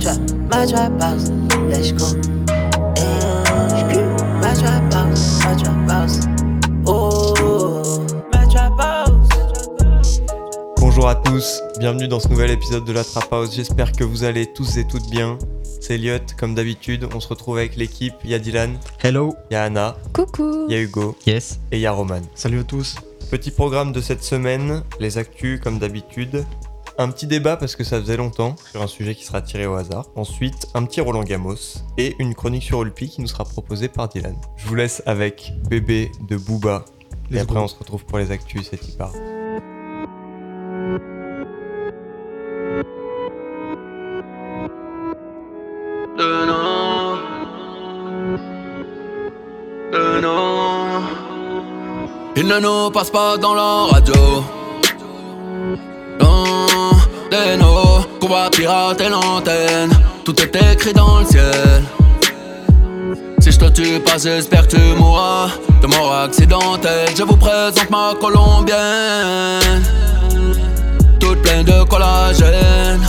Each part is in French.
trap, my trap house, let's go. Yeah. My trap house, my trap house. Oh, my trap house. Bonjour à tous, bienvenue dans ce nouvel épisode de la Trap House. J'espère que vous allez tous et toutes bien. C'est Elliot, comme d'habitude, on se retrouve avec l'équipe. Il y a Dylan, Hello. il y a Anna, Coucou il y a Hugo Yes. et il y a Roman. Salut à tous. Petit programme de cette semaine, les actus comme d'habitude. Un petit débat parce que ça faisait longtemps sur un sujet qui sera tiré au hasard. Ensuite, un petit Roland Gamos et une chronique sur Olpi qui nous sera proposée par Dylan. Je vous laisse avec Bébé de Booba. et Let's après, go. on se retrouve pour les actus, c'est part. De non, de non. Il ne nous passe pas dans la radio. Non, des nos qu'on va pirater l'antenne. Tout est écrit dans le ciel. Si je te tue pas, j'espère que tu mourras de mort accidentelle. Je vous présente ma colombienne, toute pleine de collagène.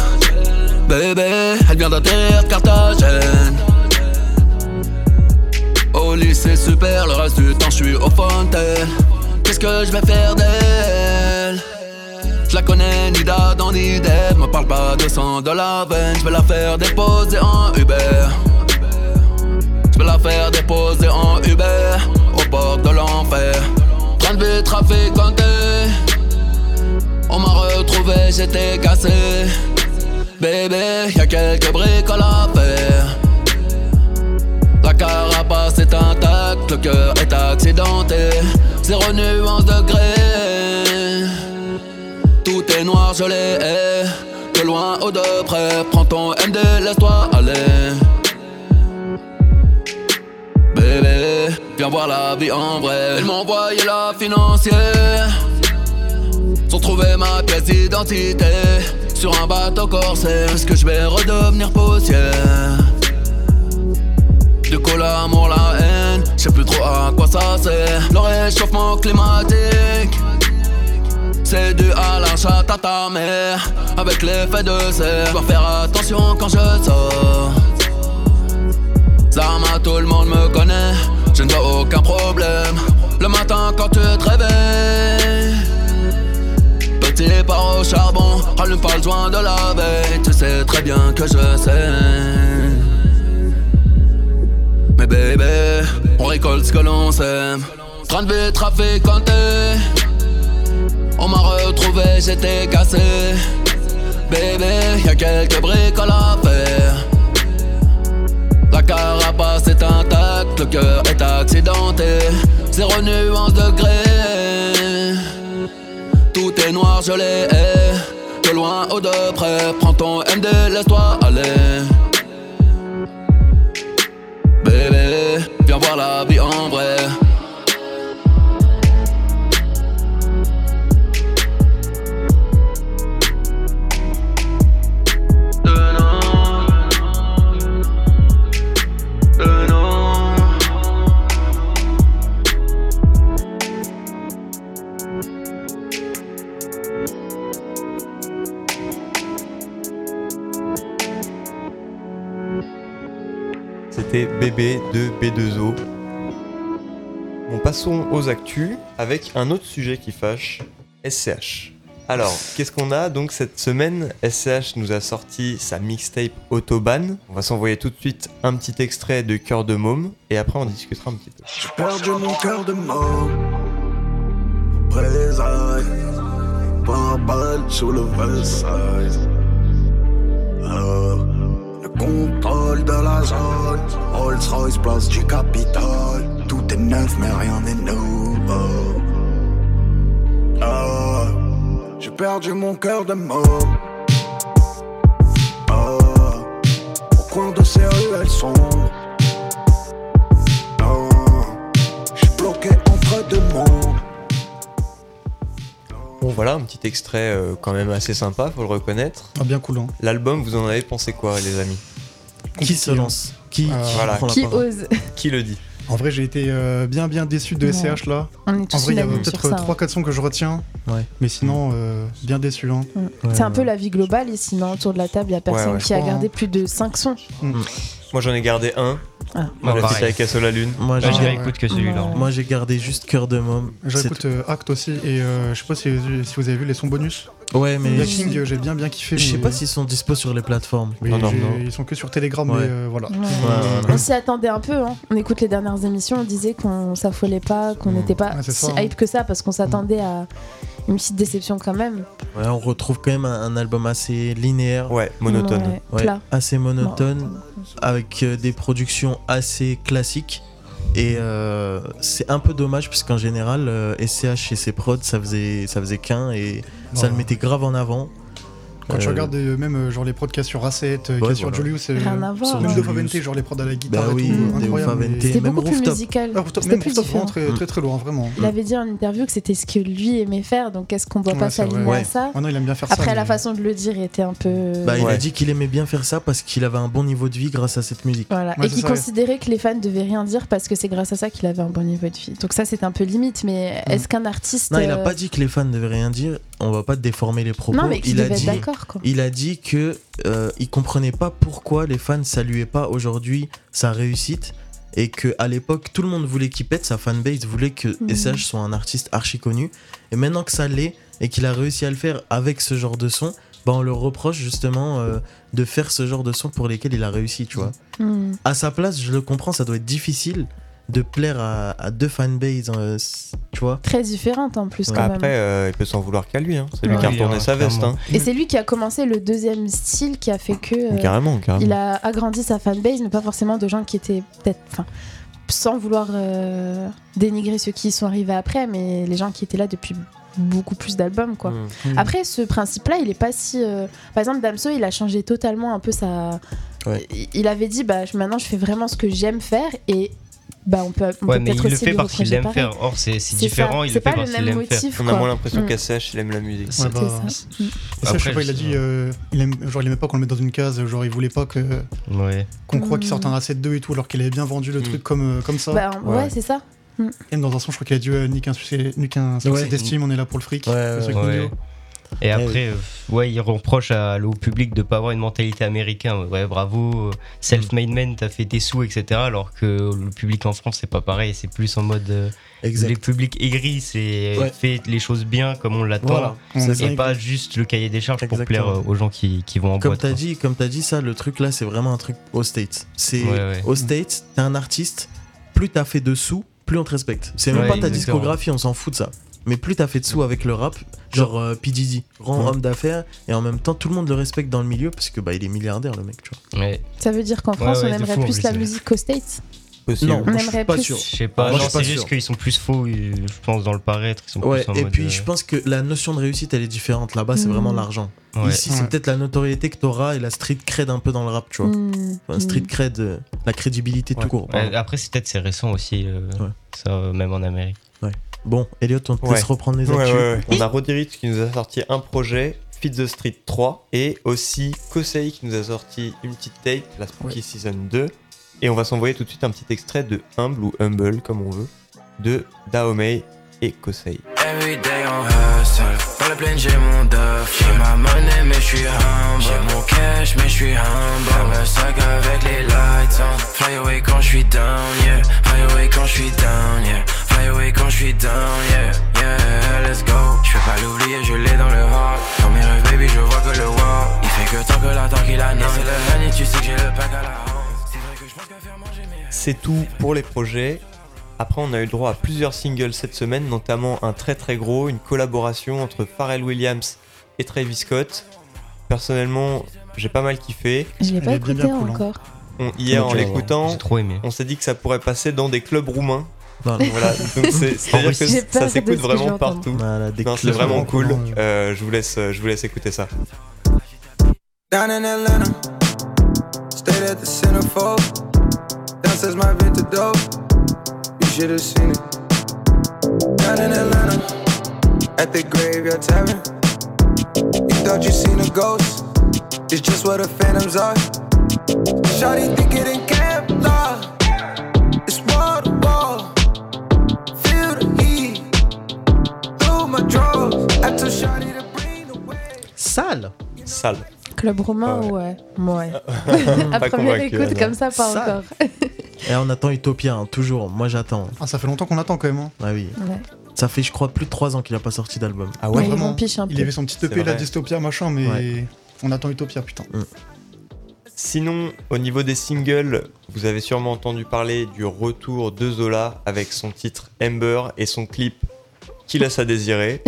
Bébé, elle vient d'atterrir Carthagène. Au lycée super, le reste du temps je suis au fontaine. Qu'est-ce que je vais faire d'elle Je la connais ni d'Adam ni d'Ève, me parle pas de sang de la veine. Je vais la faire déposer en Uber. Je vais la faire déposer en Uber au bord de l'enfer. Train de vie traficanté. On m'a retrouvé, j'étais cassé. Bébé, y'a quelques bricoles à faire. La carapace est intacte, le cœur est accidenté. Zéro nuance de gré. Tout est noir, je les hais. De loin ou de près, prends ton MD, laisse-toi aller. Bébé, viens voir la vie en vrai. Elle m'envoyait la financière. Sans trouver ma pièce d'identité Sur un bateau corsaire Est-ce que je vais redevenir poussière Du coup l'amour, la haine Je sais plus trop à quoi ça sert Le réchauffement climatique c'est dû à la chatte à ta mère Avec l'effet de serre Je dois faire attention quand je sors Zama, tout le monde me connaît Je ne vois aucun problème Le matin quand tu te réveilles Petit par au charbon, rallume pas le joint de la veille. Tu sais très bien que je sais. Mais bébé, on récolte ce que l'on sème. Train de vie traficanté. On m'a retrouvé, j'étais cassé. Bébé, y'a quelques bricoles à faire. La carapace est intacte, le cœur est accidenté. Zéro nuance de gré. Tout est noir, je les hais. De loin ou de près, prends ton MD, laisse-toi aller. Bébé, viens voir la vie en vrai. C'était Bébé de B2O. Bon, passons aux actus avec un autre sujet qui fâche, SCH. Alors, qu'est-ce qu'on a donc cette semaine SCH nous a sorti sa mixtape Autobahn. On va s'envoyer tout de suite un petit extrait de Cœur de Môme et après on discutera un petit peu. J'ai perdu mon cœur de mort Près des ailes Par balle sur le Versailles Alors Le contrôle de la zone Rolls Royce place du Capitole Tout est neuf mais rien n'est nouveau Ah, J'ai perdu mon cœur de mort Ah, Au coin de ces rues elles sont je suis bloqué entre deux mondes. Bon voilà, un petit extrait euh, quand même assez sympa, faut le reconnaître. Ah, bien coulant. L'album, vous en avez pensé quoi les amis Qui se lance Qui, Euh, Voilà, prend la Qui parole ose qui le dit En vrai, j'ai été euh, bien bien déçu de Ouais. SCH là. On est En tous vrai, il y a unanimes sur peut-être ça, hein. 3-4 sons que je retiens. Ouais. Mais sinon, euh, bien déçu. Hein. C'est un peu la vie globale ici, non Autour de la table, il n'y a personne ouais, hein. qui a crois, gardé plus de 5 sons. Moi j'en ai gardé un. Ah. Moi Ouais, la Hmm. pareil. petite avec la lune. Moi, j'ai Ah, Bah, je ouais. réécoute que celui-là. Ouais. Moi, j'ai gardé juste cœur de môme. C'est J'écoute euh, Act aussi. Et euh, je sais pas si, si vous avez vu les sons bonus. tout. Ouais, mais Black je King, euh, j'ai bien bien kiffé. je sais mais- pas s'ils sont dispo sur les plateformes. Oui, Non, Ah, non, j'ai- non. Ils sont que sur Telegram, Ouais. mais euh, voilà. Ouais. Ah, Ouais, On s'y attendait un peu. hein. On écoute les dernières émissions, on disait qu'on s'affolait pas, qu'on Mmh. n'était pas Ouais, c'est si ça, hein. hype que ça parce qu'on s'attendait à une petite déception quand même. Ouais, on retrouve quand même un, un album assez linéaire, Ouais, monotone. Ouais, ouais, plat. assez monotone, Non. avec euh, des productions assez classiques. Et euh, c'est un peu dommage parce qu'en général, euh, SCH et ses prods, ça faisait, ça faisait qu'un et ça Ouais. le mettait grave en avant. Quand tu Euh, regardes euh, même euh, genre les prods qu'il y a sur Racet, qu'il y a Ouais, sur voilà. Julius, euh, Rien à voir. sur hein. même Julius. de Favente, genre les prods à la guitare Bah et oui, tout, Deo incroyable. Favente. mais- C'était même beaucoup plus Rooftop. Mm. musical. Ah, Rooftop- C'était Même plus Rooftop, différent. vraiment très, très très loin, vraiment. Il avait dit en interview que c'était ce que lui aimait faire, donc est-ce qu'on doit Ouais, pas c'est vrai. s'aligner Ouais. à ça Ah non, il aime bien faire ça. Après, la mais- façon de le dire était un peu. Bah, Il a Ouais. dit qu'il aimait bien faire ça parce qu'il avait un bon niveau de vie grâce à cette musique. Voilà. Ouais, et c'est qui ça, considérait que les fans devaient rien dire parce que c'est grâce à ça qu'il avait un bon niveau de vie. Donc ça, c'était un peu limite. Mais Mmh. Mhm. est-ce qu'un artiste Non, il a euh, pas dit que les fans ne devaient rien dire. On va pas déformer les propos. non, mais qu'il il a devait être dit, d'accord quoi. il a dit que euh, il comprenait pas pourquoi les fans saluaient pas aujourd'hui sa réussite et que à l'époque tout le monde voulait qu'il pète, sa fanbase voulait que Mhm. SH soit un artiste archi connu. Et maintenant que ça l'est et qu'il a réussi à le faire avec ce genre de son, bah on le reproche justement euh, de faire ce genre de son pour lesquels il a réussi, tu vois Mhm. à sa place, je le comprends, ça doit être difficile de plaire à, à deux fanbases, euh, s- tu vois. Très différente en plus quand même. Après, euh, il peut s'en vouloir qu'à lui. Hein. C'est lui Ouais. qui a Oui, retourné ouais, sa veste. Hein. Et c'est lui qui a commencé le deuxième style qui a fait que euh, Carrément, carrément. il a agrandi sa fanbase, mais pas forcément de gens qui étaient peut-être, enfin, sans vouloir euh, dénigrer ceux qui y sont arrivés après, mais les gens qui étaient là depuis beaucoup plus d'albums quoi. Mm. Après, ce principe-là, il est pas si. euh, Par exemple, Damso, il a changé totalement un peu sa. Ouais. Il- Il avait dit, bah, je- maintenant, je fais vraiment ce que j'aime faire et bah, on peut. on Ouais, peut mais peut-être il le aussi fait lui parce qu'il reprocher aime pareil. faire. Or, c'est c'est C'est différent, ça. il C'est le fait pas parce le qu'il même aime faire. motif. On a quoi. moins l'impression Mm. qu'à sèche, il aime la musique. C'est- Ouais, C'était bah, ça. Mm. Et ça, je sais Après, pas, il a je sais dit, pas. euh, il aime, genre, il aimait pas qu'on le mette dans une case, genre, il voulait pas que, Ouais. qu'on croit qu'il Mm. sorte un Asset 2 et tout, alors qu'il avait bien vendu le Mm. truc comme, euh, comme ça. Bah, ouais, Ouais. c'est ça. Mm. Même dans un son, je crois qu'il a dit, euh, nique un succès, nique un succès Ouais. d'estime, on est là pour le fric. Ouais, Le ouais, truc ouais. mignon. Et Ouais, après, euh, ouais, il reproche à l'eau public de pas avoir une mentalité américaine. Ouais, bravo, euh, self-made man, t'as fait tes sous, etc. Alors que le public en France, c'est pas pareil. C'est plus en mode. euh, le public aigri, c'est Ouais. fait les choses bien comme on l'attend. Voilà. On C'est est ça. bien Et pas juste le cahier des charges pour Exactement. plaire euh, aux gens qui, qui vont en Comme boîte. t'as quoi. dit, comme t'as dit ça, le truc là, c'est vraiment un truc aux States. C'est Ouais, ouais. aux States, t'es un artiste, plus t'as fait de sous, plus on te respecte. C'est même Ouais, pas ta exactement. discographie, on s'en fout de ça. Mais plus t'as fait de sous avec le rap, genre euh, P. Diddy, grand Ouais. homme d'affaires, et en même temps tout le monde le respecte dans le milieu parce que bah il est milliardaire le mec, tu vois. Ouais. Ça veut dire qu'en France, ouais, on de aimerait fou, en plus plus, la ouais. musique qu'aux States. Possible. Non. On Moi, je suis aimerait pas plus. sûr. Je sais pas, Moi, non, je suis pas c'est juste sûr. qu'ils sont plus faux, euh, je pense, dans le paraître. Ils sont Ouais, plus en et mode, puis euh, je pense que la notion de réussite elle est différente. Là-bas, c'est Mm. vraiment l'argent. ouais. Ici, c'est Ouais. peut-être la notoriété que t'auras et la street cred un peu dans le rap, tu vois. Mm. Enfin, street cred, euh, la crédibilité Ouais. tout court. hein. Ouais, pardon. Euh, après, c'est peut-être c'est récent aussi, euh, Ouais. ça, euh, même en Amérique. Bon, Elliot, on te Ouais. laisse reprendre les Ouais, actus. ouais, ouais. On a Rodirich qui nous a sorti un projet, Fit the Street 3, et aussi Kosei qui nous a sorti une petite tape, la Spooky Season 2. Et on va s'envoyer tout de suite un petit extrait de Humble ou Humble, comme on veut, de Daomei et Kosei. Everyday on hustle. Dans la plaine, j'ai mon duff. J'ai ma monnaie, mais je suis humble. J'ai mon cash, mais je suis humble. Dans le sac avec les lights on. Fly away quand je suis down, yeah. Fly away quand je suis down, yeah. Fly away quand je suis down, yeah. Yeah, let's go. Je peux pas l'oublier, je l'ai dans le heart. Dans mes rêves, baby, je vois que le war. Il fait que tant que la tant qu'il a non. C'est le honey, tu sais que j'ai le pack à la honte. C'est vrai que je pense qu'à faire manger mes C'est tout pour les projets. Après, on a eu le droit à plusieurs singles cette semaine, notamment un très très gros, une collaboration entre Pharrell Williams et Travis Scott. Personnellement, j'ai pas mal kiffé. Je l'ai Elle pas est bien, écouté bien cool, hein. encore. On- hier, Ok, en l'écoutant, J'ai trop aimé. on s'est dit que ça pourrait passer dans des clubs roumains. Voilà. Voilà, donc c'est- c'est-à-dire que J'ai peur ça de ce s'écoute que vraiment j'entends. partout. Voilà, des Non, c'est clubs. vraiment cool. Comment, Euh, je, vous laisse, je vous laisse écouter ça. Down in Atlanta, stayed at the centerfold. Downstairs my Venta dope. You should have seen it. Down in Atlanta, at the graveyard tavern. You thought you seen a ghost. It's just where the phantoms are. Shawty think it in Kevlar. It's worldwide. Sale Sale. Club romain, Ah ouais. Ouais. à Pas première convaincu, écoute, non. comme ça, pas Ça. encore. Et on attend Utopia, hein, toujours. Moi j'attends. Ah, ça fait longtemps qu'on attend quand même. hein. Ah oui. Ouais. Ça fait, je crois, plus de 3 ans qu'il a pas sorti d'album. Ah il ouais est vraiment. bon piche un Il peu. avait son petit C'est EP, la vrai. dystopia, machin, mais Ouais. on attend Utopia, putain. Sinon, au niveau des singles, vous avez sûrement entendu parler du retour de Zola avec son titre Ember et son clip Qui laisse à désirer.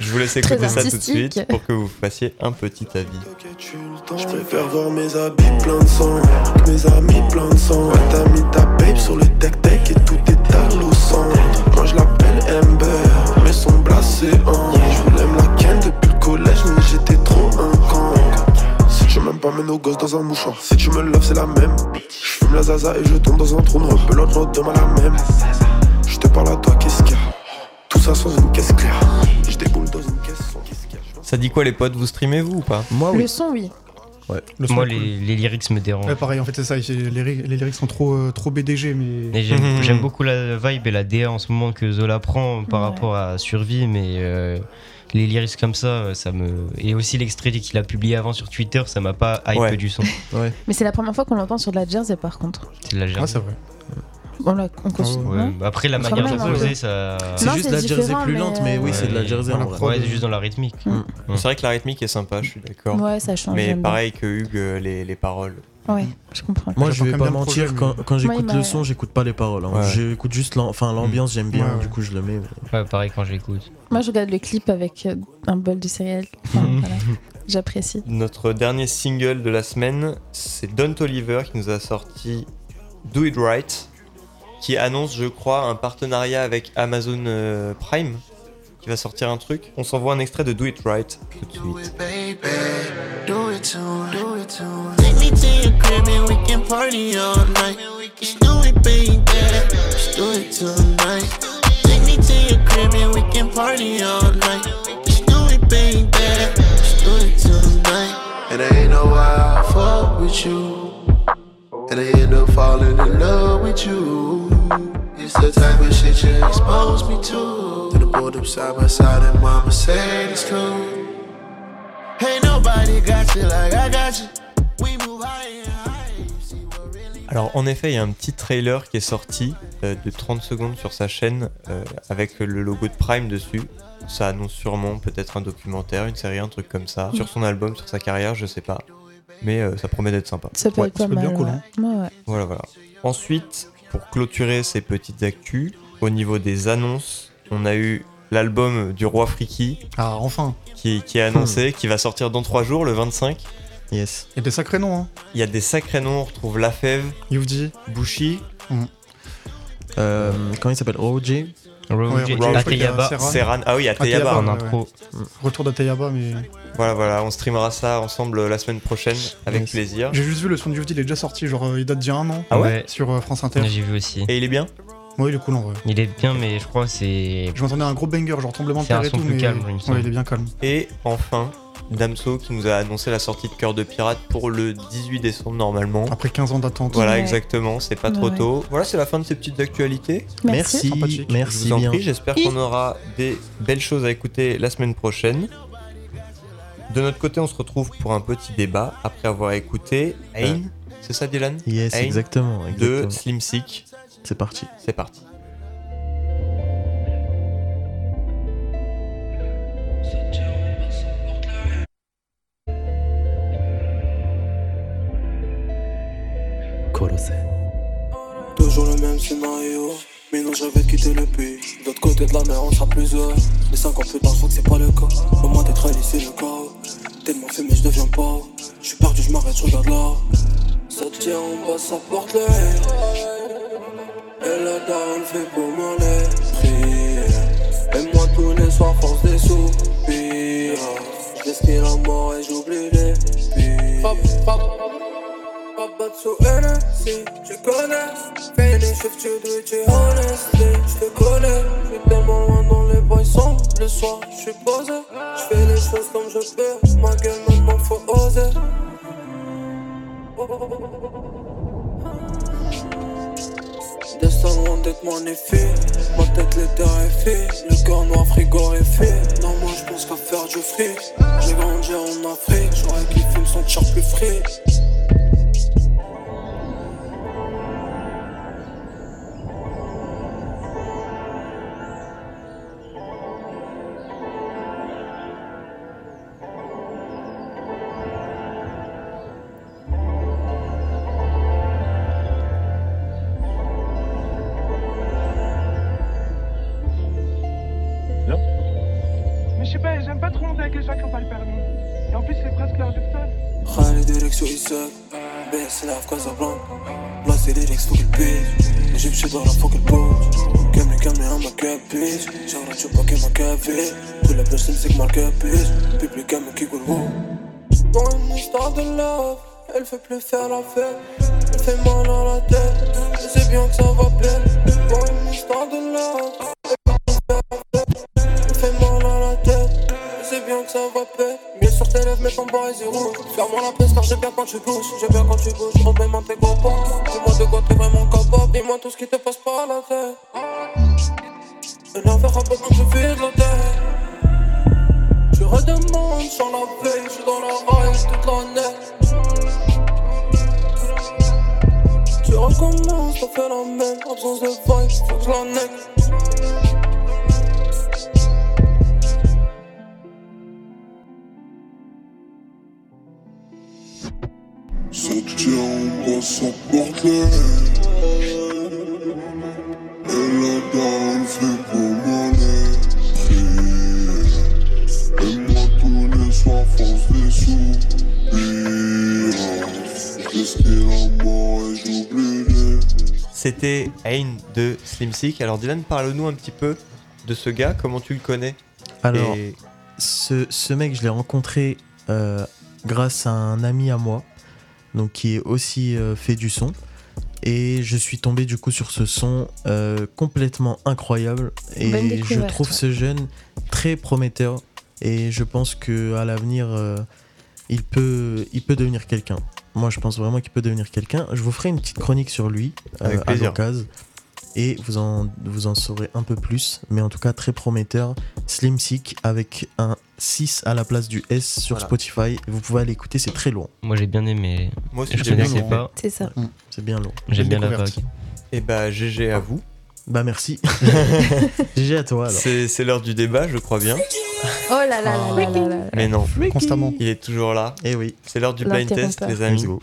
Je vous laisse Très écouter ça tout de artistique. suite pour que vous fassiez un petit avis. Je préfère voir mes habits plein de sang que mes amis plein de sang. Ouais, T'as mis ta babe sur le tech tech et tout est allouçant. Quand je l'appelle Amber, mais son blasé en. Je voulais me la ken depuis le collège, mais j'étais trop un con. Si tu m'aimes pas, mets nos gosses dans un mouchoir. Si tu me love, c'est la même. Je fume la zaza et je tombe dans un trou noir. Pelote l'autre demain la même. Je te parle à toi, qu'est-ce qu'il y a Tout ça sans une caisse claire. Je déboule dans une caisse sans qu'est-ce qu'il y a. Ça dit quoi les potes Vous streamez vous ou pas Moi, Le oui. son, oui. Le son Moi, est les, cool. les lyrics me dérangent. Ouais, pareil, en fait, c'est ça. j'ai- Les, ry- les lyrics sont trop, euh, trop BDG, mais. Mais j'aime Mhm. j'aime beaucoup la vibe et la DA en ce moment que Zola prend par Ouais. rapport à Survie, mais euh, les lyrics comme ça, euh, ça me. Et aussi l'extrait qu'il a publié avant sur Twitter, ça m'a pas hype Ouais. du son. Mais c'est la première fois qu'on l'entend sur de la jersey, par contre. C'est de la Ah, Jersey. c'est vrai. On Ah l'a, on consomme, Ouais, hein. bah Après, la Quand manière même, de hein. poser, ça. Non, C'est juste c'est la jersey différent, plus mais, lente, mais euh, Mm. oui, c'est de la Ouais. jersey Voilà, en vrai. prod. Ouais, c'est juste dans la rythmique. Mm. C'est vrai que la rythmique est sympa, je suis d'accord. Ouais, ça change. Mais j'aime bien. pareil que Hugues, euh, les, les paroles. Ouais, je comprends. Moi, je J'attends vais quand pas même bien le mentir, projet, quand, quand Moi, il j'écoute m'a- le son, j'écoute pas les paroles. hein. Ouais. Mm. J'écoute juste l'am- enfin, l'ambiance, j'aime bien, Ouais, du ouais. coup, je le mets. Ouais, pareil quand je l'écoute. Moi, je regarde le clip avec euh, un bol de céréales. Enfin, Mhm. voilà. J'apprécie. Notre dernier single de la semaine, c'est Don Toliver qui nous a sorti Do It Right, qui annonce, je crois, un partenariat avec Amazon euh, Prime, qui va sortir un truc. On s'envoie un extrait de Do It Right tout de suite. Take me to your crib and we can party all night. Just do it, baby. Just do it tonight. Take me to your crib and we can party all night. Just do it, baby. Just do it tonight. And I ain't know why I fuck with you. And I end up falling in love with you. It's the type of shit you expose me to. Then I pulled up side by side and mama said it's cool. Ain't nobody got you like I got you. We move higher and higher. You see what really Alors en effet, il y a un petit trailer qui est sorti euh, de 30 secondes sur sa chaîne euh, avec le logo de Prime dessus. Ça annonce sûrement peut-être un documentaire, une série, un truc comme ça. Sur son album, sur sa carrière, je sais pas. Mais euh, ça promet d'être sympa. Ça peut Ouais, être pas ça peut être mal. bien cool, ouais. hein. Ouais, ouais. Voilà, voilà. Ensuite, pour clôturer ces petites actus, au niveau des annonces, on a eu l'album du Roi Friki Ah, enfin. qui, qui est Hmm. annoncé, qui va sortir dans 3 jours, le 25. Yes. Il y a des sacrés noms, hein. Il y a des sacrés noms, on retrouve La Fève, Youdi. Bushi, Euh, comment il s'appelle OJ Ouais, Roger, Roger, Ateyaba, Serra. Serran. Ah oui, Ateyaba. Ateyaba, en ouais, intro. Retour d'Atayaba, mais. Voilà, voilà, on streamera ça ensemble euh, la semaine prochaine avec Yes. plaisir. J'ai juste vu le son de Youdi, il est déjà sorti, genre euh, il date d'il y a un an. Ah ouais ouais Sur euh, France Inter. J'ai vu aussi. Et il est bien Ouais, il est cool en vrai. Il est bien, mais je crois que c'est. Je m'entendais à un gros banger, genre tremblement de C'est un terre et son tout, plus mais. calme, il me semble. ouais, il est bien calme. Et enfin, Damso qui nous a annoncé la sortie de Cœur de Pirate pour le 18 décembre normalement. Après 15 ans d'attente. Voilà, Ouais. exactement, c'est pas Ouais, trop ouais. tôt. Voilà, c'est la fin de ces petites actualités. Merci. Merci. Merci, Sympathique. Je vous en bien. prie, j'espère qu'on aura des belles choses à écouter la semaine prochaine. De notre côté, on se retrouve pour un petit débat après avoir écouté Ain, c'est ça Dylan Yes, Aïe. exactement. De exactement. Slim Sick. C'est parti. C'est parti. Toujours le même scénario. Mais non, j'avais quitté le pays. D'autre côté de la mer, on sera plusieurs. Mais 5 ans plus tard, je vois que c'est pas le cas. Au moins d'être allé, c'est le chaos. Tellement fumé, je deviens pas. Je suis perdu, je m'arrête, je regarde là. Ça tient en bas, ça porte le Et la daronne fait pour moi les Et moi tous les soirs, force des soupirs. Je destine la mort et j'oublie les pires. Papa sous Hennessy, tu connais Fais les chefs, tu dois tu honestly Je te connais, je suis tellement loin dans les boissons Le soir, je suis posé Je fais les choses comme je peux Ma gueule, maintenant faut oser Des ça loin d'être mon effet. Ma tête l'état est fait, le cœur noir frigo est fait. Non, moi je pense qu'à faire du fric. J'ai grandi en Afrique, j'aurais kiffé me sentir plus frais. Mais je sais pas, j'aime pas trop monter avec les gens qui ont pas le permis. Et en plus, c'est presque l'heure du sol. Rallye direction Isaac, BS la Casablanca. Là c'est lyrics, faut qu'il pisse. Mais j'ai dans la faut qu'il bouge. Comme les caméras, ma cup bitch. J'aurais tu pas que ma café. Pour la personne, c'est que ma cup bitch. Public, comme qui coule woo. Pour une histoire de love, elle fait plus faire la fête. Elle fait mal à la tête, et c'est bien que ça va peine. Pour une histoire de love, elle fait plus faire la fête. Elle fait mal à la tête, et c'est bien que ça va peine. Bien sûr, t'élèves mes combats et zéro. Ferme-moi la presse car j'ai bien quand tu bouges. J'ai bien quand tu bouges, on demande tes copains. Dis-moi de quoi t'es vraiment capable, dis-moi tout ce qui te passe par la tête. Et l'enfer après quand je vide la tête. Tu redemandes sur la veille, je suis dans la raille toute l'année. Tu recommences, t'as fait la même, absence de vibe, faut que je la nique. Sortir en bas sans porter. Et la dalle fait pour mon esprit. Et moi tous les soirs fonce des soupirs. Je destine en mort et j'oublie les C'était Ain de Slim Sick. Alors Dylan, parle-nous un petit peu de ce gars, comment tu le connais Alors, Et- ce, ce mec, je l'ai rencontré euh, grâce à un ami à moi, donc qui est aussi euh, fait du son. Et je suis tombé du coup sur ce son euh, complètement incroyable. Bonne Et je découverte, trouve ouais. ce jeune très prometteur. Et je pense que à l'avenir, euh, il, peut, il peut devenir quelqu'un. Moi, je pense vraiment qu'il peut devenir quelqu'un. Je vous ferai une petite chronique sur lui euh, Avec à plaisir. l'occasion. Et vous en, vous en saurez un peu plus, mais en tout cas très prometteur. Slim Sick avec un 6 à la place du S sur Voilà. Spotify. Vous pouvez aller écouter, c'est très long. Moi j'ai bien aimé. Moi aussi, je j'ai bien connaissais aimé. Mm. pas. C'est ça. Mm, C'est bien long. J'aime bien Belle la découverte. vague. Eh bah GG à vous. Bah merci. GG à toi alors. Ah. C'est c'est l'heure du débat, je crois bien. Oh là là là là là là. Mais non, constamment. il est toujours là. Et Eh oui, C'est l'heure du blind test, L'interrompeur. les amis. Let's go.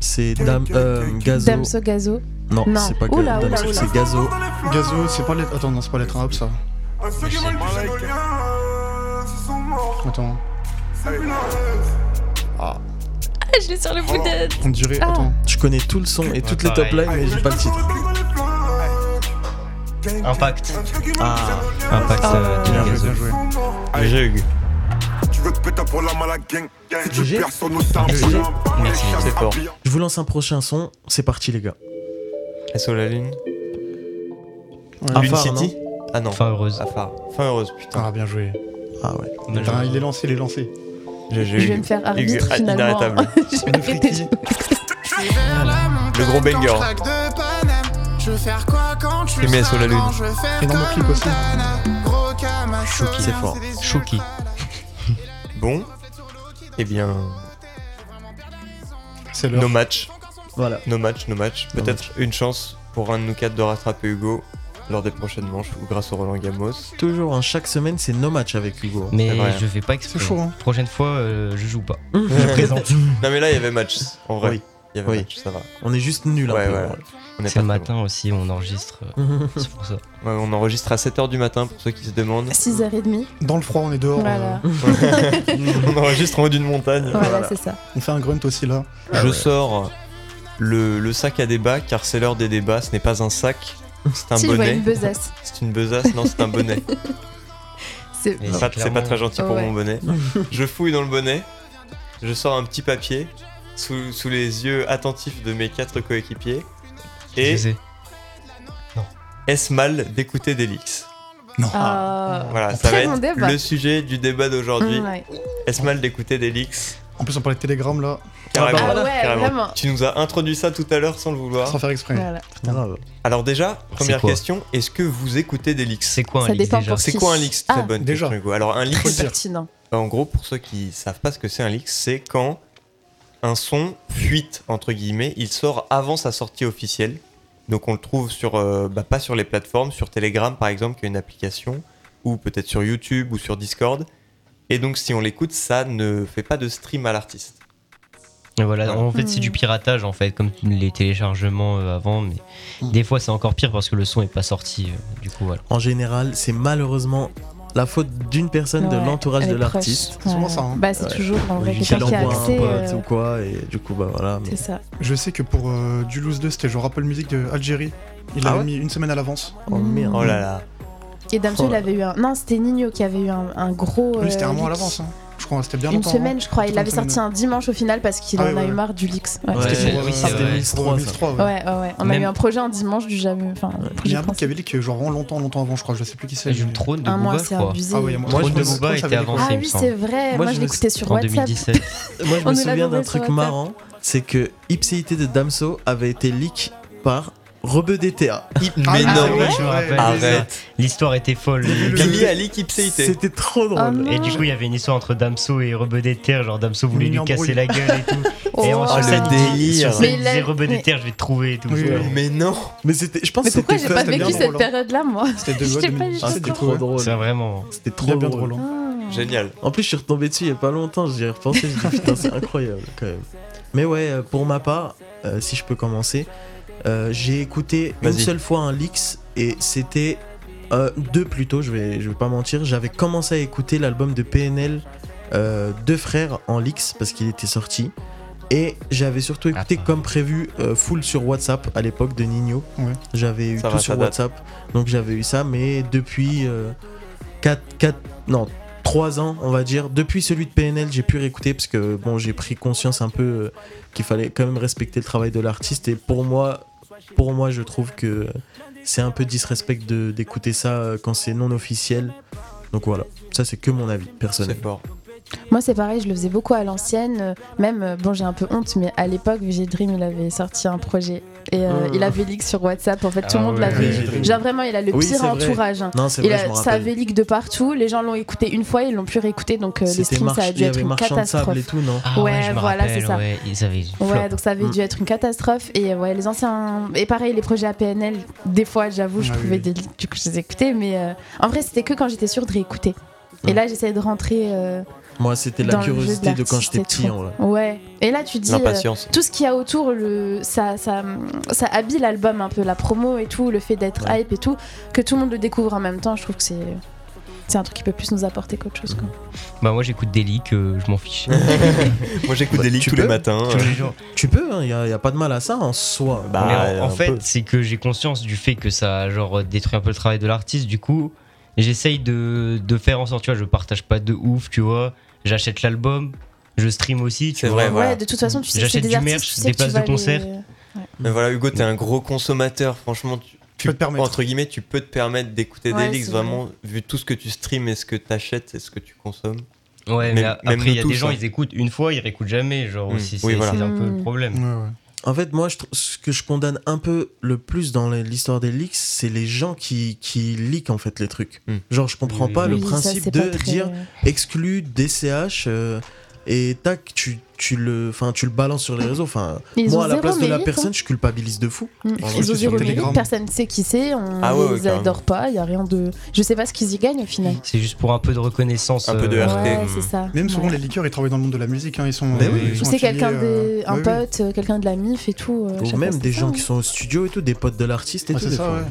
c'est Dame euh, Gazo. Damso Gazo. Non, Non. c'est pas que Oula, oula, Damso, oula. c'est Gazo. Gazo, c'est pas les. Attends, non, c'est pas les trains hop ça. Attends, Ah, je l'ai sur le bout de. Oh. on dirait. Ah. Attends. Je connais tout le son et bah, toutes les top pareil. lines, mais j'ai pas le titre. Impact. Ah, Impact Ah. euh, Dylan Bien joué, Gazo. bien joué. GG Hugues. Tu veux te péter pour la mal à gang Si tu GG. perds sur nos tables, GG. on a un bain, Merci, les c'est chats fort. s'habillent. je vous lance un prochain son. C'est parti les gars. SO la lune. Ah, Lune phare, City Ah non, Enfin heureuse. Afar. Fin heureuse, putain. Ah, bien joué. Ah ouais. Bien Putain, joué. il est lancé, il est lancé. GG Je vais Hugues. me faire Hugues, arbitre ah, finalement. inarrêtable. Je vais arrêter. Le gros banger. Je veux faire quoi quand je suis Aimé SO la lune. Je veux faire Énorme clip aussi. Chouki, c'est fort. Chouki. Bon. Eh bien, C'est nos l'heure. matchs. Voilà. Nos matchs, nos matchs. Nos Peut-être une chance pour un de nous quatre de rattraper Hugo lors des prochaines manches ou grâce au Roland Gamos. Toujours, hein, chaque semaine, c'est nos matchs avec Hugo. Mais C'est vrai. je fais pas exprès. C'est chaud, hein. Prochaine fois, euh, je joue pas. Je présente. Non mais là il y avait match en vrai. Oui. Il y avait Oui. match, ça va. On est juste nuls. hein, un Ouais, peu. ouais. On est C'est pas le très matin aussi, on enregistre. euh, C'est pour ça. bon. Ouais, on enregistre à 7h du matin pour ceux qui se demandent. 6h30. Dans le froid, on est dehors. Voilà, on enregistre en haut d'une montagne. voilà c'est ça. euh, On fait un grunt aussi là. Je sors le, le sac à débat car c'est l'heure des débats. Ce n'est pas un sac, c'est un Si je vois bonnet. une besace, C'est une besace, non c'est un bonnet. c'est. Mais Pas- C'est pas clairement- très gentil pour Ouais. mon bonnet. Je fouille dans le bonnet, je sors un petit papier sous, sous les yeux attentifs de mes quatre coéquipiers et Je sais. est-ce mal d'écouter Delix Ah. Voilà, ça Très va Ah. bon être débat. Mm, le sujet du débat d'aujourd'hui. Ouais. Est-ce mal d'écouter Delix En plus, on parlait de Telegram là. Carrément, Ah ouais, carrément. vraiment. Tu nous as introduit ça tout à l'heure sans le vouloir. Sans faire exprès. Voilà. Alors déjà, première quoi question, est-ce que vous écoutez des leaks C'est quoi un Ça leaks, dépend déjà pour C'est qui. quoi un leaks Très Ah. bonne Déjà. question, Hugo. Alors un leaks, Très pertinent. en gros, pour ceux qui savent pas ce que c'est un leak, c'est quand un son fuite entre guillemets, il sort avant sa sortie officielle. Donc on le trouve sur, euh, bah, pas sur les plateformes, sur Telegram par exemple, qui est une application, ou peut-être sur YouTube ou sur Discord. Et donc si on l'écoute, ça ne fait pas de stream à l'artiste. Et Voilà, en fait, c'est Hmm. du piratage, en fait, comme les téléchargements euh, avant, mais Mm. des fois, c'est encore pire parce que le son est pas sorti, euh, du coup, voilà. En général, c'est malheureusement la faute d'une personne de Ouais, l'entourage les de proches. l'artiste. Ouais. souvent ça, hein. Bah, c'est Ouais. toujours en vrai Oui, quelqu'un qui l'envoie a à un accès. pote euh, ou quoi, et du coup, bah voilà. mais- C'est ça. Je sais que pour euh, du Loose 2, c'était genre Apple Music de Algérie. Il Ah l'avait ouais mis une semaine à l'avance. Oh merde. Oh là là. Et Damso, Oh il là. avait eu un. Non, c'était Nino qui avait eu un, un gros. Lui, c'était euh, un mois à leak. l'avance. hein. Je crois, c'était bien Une longtemps. hein. semaine, je crois. Il Plutôt l'avait une semaine. sorti un dimanche au final parce qu'il Ah en ouais, a eu ouais. marre du Lix. Ouais, Ouais, C'était pour, oui, euh, c'est c'était vrai. 2003, ça. 2003, ouais, ouais. ouais. ouais. On a Même- eu un projet un dimanche du jamais. Enfin, un Il y projet a un mec qui avait dit que genre vraiment longtemps, longtemps avant, je crois, je sais plus qui c'est. Je me mais- trône de un mois, Booba, je c'est crois. abusé. Ah ouais, Moi, Trône je me de souviens Booba que ça avait était des- avancé, Ah il me oui, semble. c'est vrai. Moi, Moi, je je me- l'écoutais sur en WhatsApp. 2017. Moi, je me On nous l'a souviens d'un demandé sur truc WhatsApp. marrant c'est que Ipséité de Damso avait été leak par Rebeu DTA. Ah, Mais oui, non, c'est vrai, je c'est me vrai. rappelle. Arrête. L'histoire était folle. Le- Billy Ali Kipséité. C'était Oh, trop drôle. non. Et du coup, il y avait une histoire entre Damso et Rebeu des Terres. Genre, Damso voulait Une lui casser embrouille. la gueule et tout. et Oh. ensuite, Oh, ça le disait, délire. sur scène, Mais il disait la- Rebeu des mais- Terres, je vais te trouver et tout. Oui, oui. Mais non. Mais c'était, je pense Mais que pourquoi c'était j'ai fun. pas c'était vécu bien cette drôle, hein. période-là, moi C'était Je sais deux pas, Ah, je c'était suis trop drôle. C'est vraiment. C'était trop Bien, bien drôle. drôle. hein. Génial. En plus, je suis retombé dessus il y a pas longtemps, j'y ai repensé, je me putain, c'est incroyable quand même. Mais ouais, euh, pour ma part, euh, si je peux commencer, euh, j'ai écouté une Vas-y. seule fois un Lix et c'était euh, deux plutôt, je vais, je vais pas mentir. J'avais commencé à écouter l'album de PNL euh, Deux Frères en Lix parce qu'il était sorti. Et j'avais surtout écouté, Attends. comme prévu, euh, full sur WhatsApp à l'époque de Nino. Ouais. J'avais eu Ça tout va, ça sur date. WhatsApp, donc j'avais eu ça, mais depuis 4, 4, non, 3 ans, on va dire. Depuis celui de PNL, j'ai pu réécouter parce que bon, j'ai pris conscience un peu euh, qu'il fallait quand même respecter le travail de l'artiste. Et pour moi, pour moi, je trouve que c'est un peu disrespect de- d'écouter ça euh, quand c'est non officiel. Donc voilà, ça c'est que mon avis personnel. C'est fort. Moi, c'est pareil, je le faisais beaucoup à l'ancienne. euh, Même, euh, bon, j'ai un peu honte, mais à l'époque, VG Dream, il avait sorti un projet. Et euh, Hmm. il avait leak sur WhatsApp. En fait, tout le Ah monde ouais. l'avait. VG Dream. Genre, vraiment, il a le Oui, c'est pire vrai. entourage. hein. Non, c'est Il vrai, je a, me ça rappelle. avait leak de partout. Les gens l'ont écouté une fois, ils l'ont plus réécouté. Donc, euh, les C'était streams, ça a marche- dû il y être avait une marchand de sable catastrophe. et tout, non Ah Ouais, je me voilà, c'est rappelle, ça. ouais, ils avaient. Ouais, donc ça avait Mm. dû être une catastrophe. Et euh, ouais, les anciens. Et pareil, les projets APNL, des fois, j'avoue, je Ah oui, trouvais oui. des leaks, du coup, je les écoutais. Mais euh, en vrai, c'était que quand j'étais sûre de réécouter. Et Mm. là, j'essayais de rentrer euh, Moi, c'était la dans le jeu de curiosité de, quand l'artiste j'étais et petit. tout. en vrai. Ouais. Et là, tu te dis. euh, L'impatience. tout ce qu'il y a autour, le, ça, ça, ça habille l'album un peu, la promo et tout, le fait d'être Ouais. hype et tout, que tout le monde le découvre en même temps, je trouve que c'est, c'est un truc qui peut plus nous apporter qu'autre chose. Quoi. Bah, moi, j'écoute des leaks, euh, je m'en fiche. Moi j'écoute Bah, des leaks tu tous peux. les matins. euh. Tous les jours. Tu peux, il n'y a, y a pas de mal à ça en soi. Bah, Mais en- en, un fait, peu. c'est que j'ai conscience du fait que ça genre euh, détruit un peu le travail de l'artiste. Du coup, j'essaye de, de faire en sorte, tu vois, je partage pas de ouf, tu vois. J'achète l'album, je stream aussi, tu C'est vois. vrai, voilà. Ouais, de toute façon, tu sais que c'est J'achète des du artistes, merch, tu sais des que tu places vas de concert. les- Mais voilà, Hugo, t'es un gros consommateur. Franchement, tu, peux te permettre. entre guillemets, tu peux te permettre d'écouter Ouais, des leaks c'est vrai. vraiment, vu tout ce que tu streames et ce que t'achètes et ce que tu consommes. Ouais, mais, Même- a- même après, il y a nous des tous, gens, hein. ils écoutent une fois, ils réécoutent jamais. Genre, Mm. aussi, c'est Oui, voilà. c'est un peu le Mm. problème. Ouais, ouais. En fait, moi, je trou- ce que je condamne un peu le plus dans les- l'histoire des leaks, c'est les gens qui, qui leakent en fait les trucs. Hmm. Genre, je comprends Oui, pas oui, le Oui, ça, principe c'est pas de très- dire exclu DCH euh, et tac, tu, tu, le, enfin, tu le balances sur les réseaux. Enfin, Ils ont moi, à la zéro place de la mérite, hein. personne, je culpabilise de fou. Mm. vrai, Ils c'est ont sur zéro mérite, Telegram. personne ne sait qui c'est, on Ah ouais, ouais, les carrément. adore pas, il y a rien de. Je sais pas ce qu'ils y gagnent au final. C'est juste pour un peu de reconnaissance. Un peu de euh, RT. Ouais, Mm. c'est ça. Même souvent, Ouais. les liqueurs, ils travaillent dans le monde de la musique. hein, Ils sont. Mais oui, ils oui. sont c'est quelqu'un affiliés, euh, de, un oui, oui. pote, euh, quelqu'un de la MIF et tout. euh, à chaque Ou fois, même c'est des ça, gens hein. qui sont au studio et tout, des potes de l'artiste et Ouais, tout. c'est des ça, fois. ouais.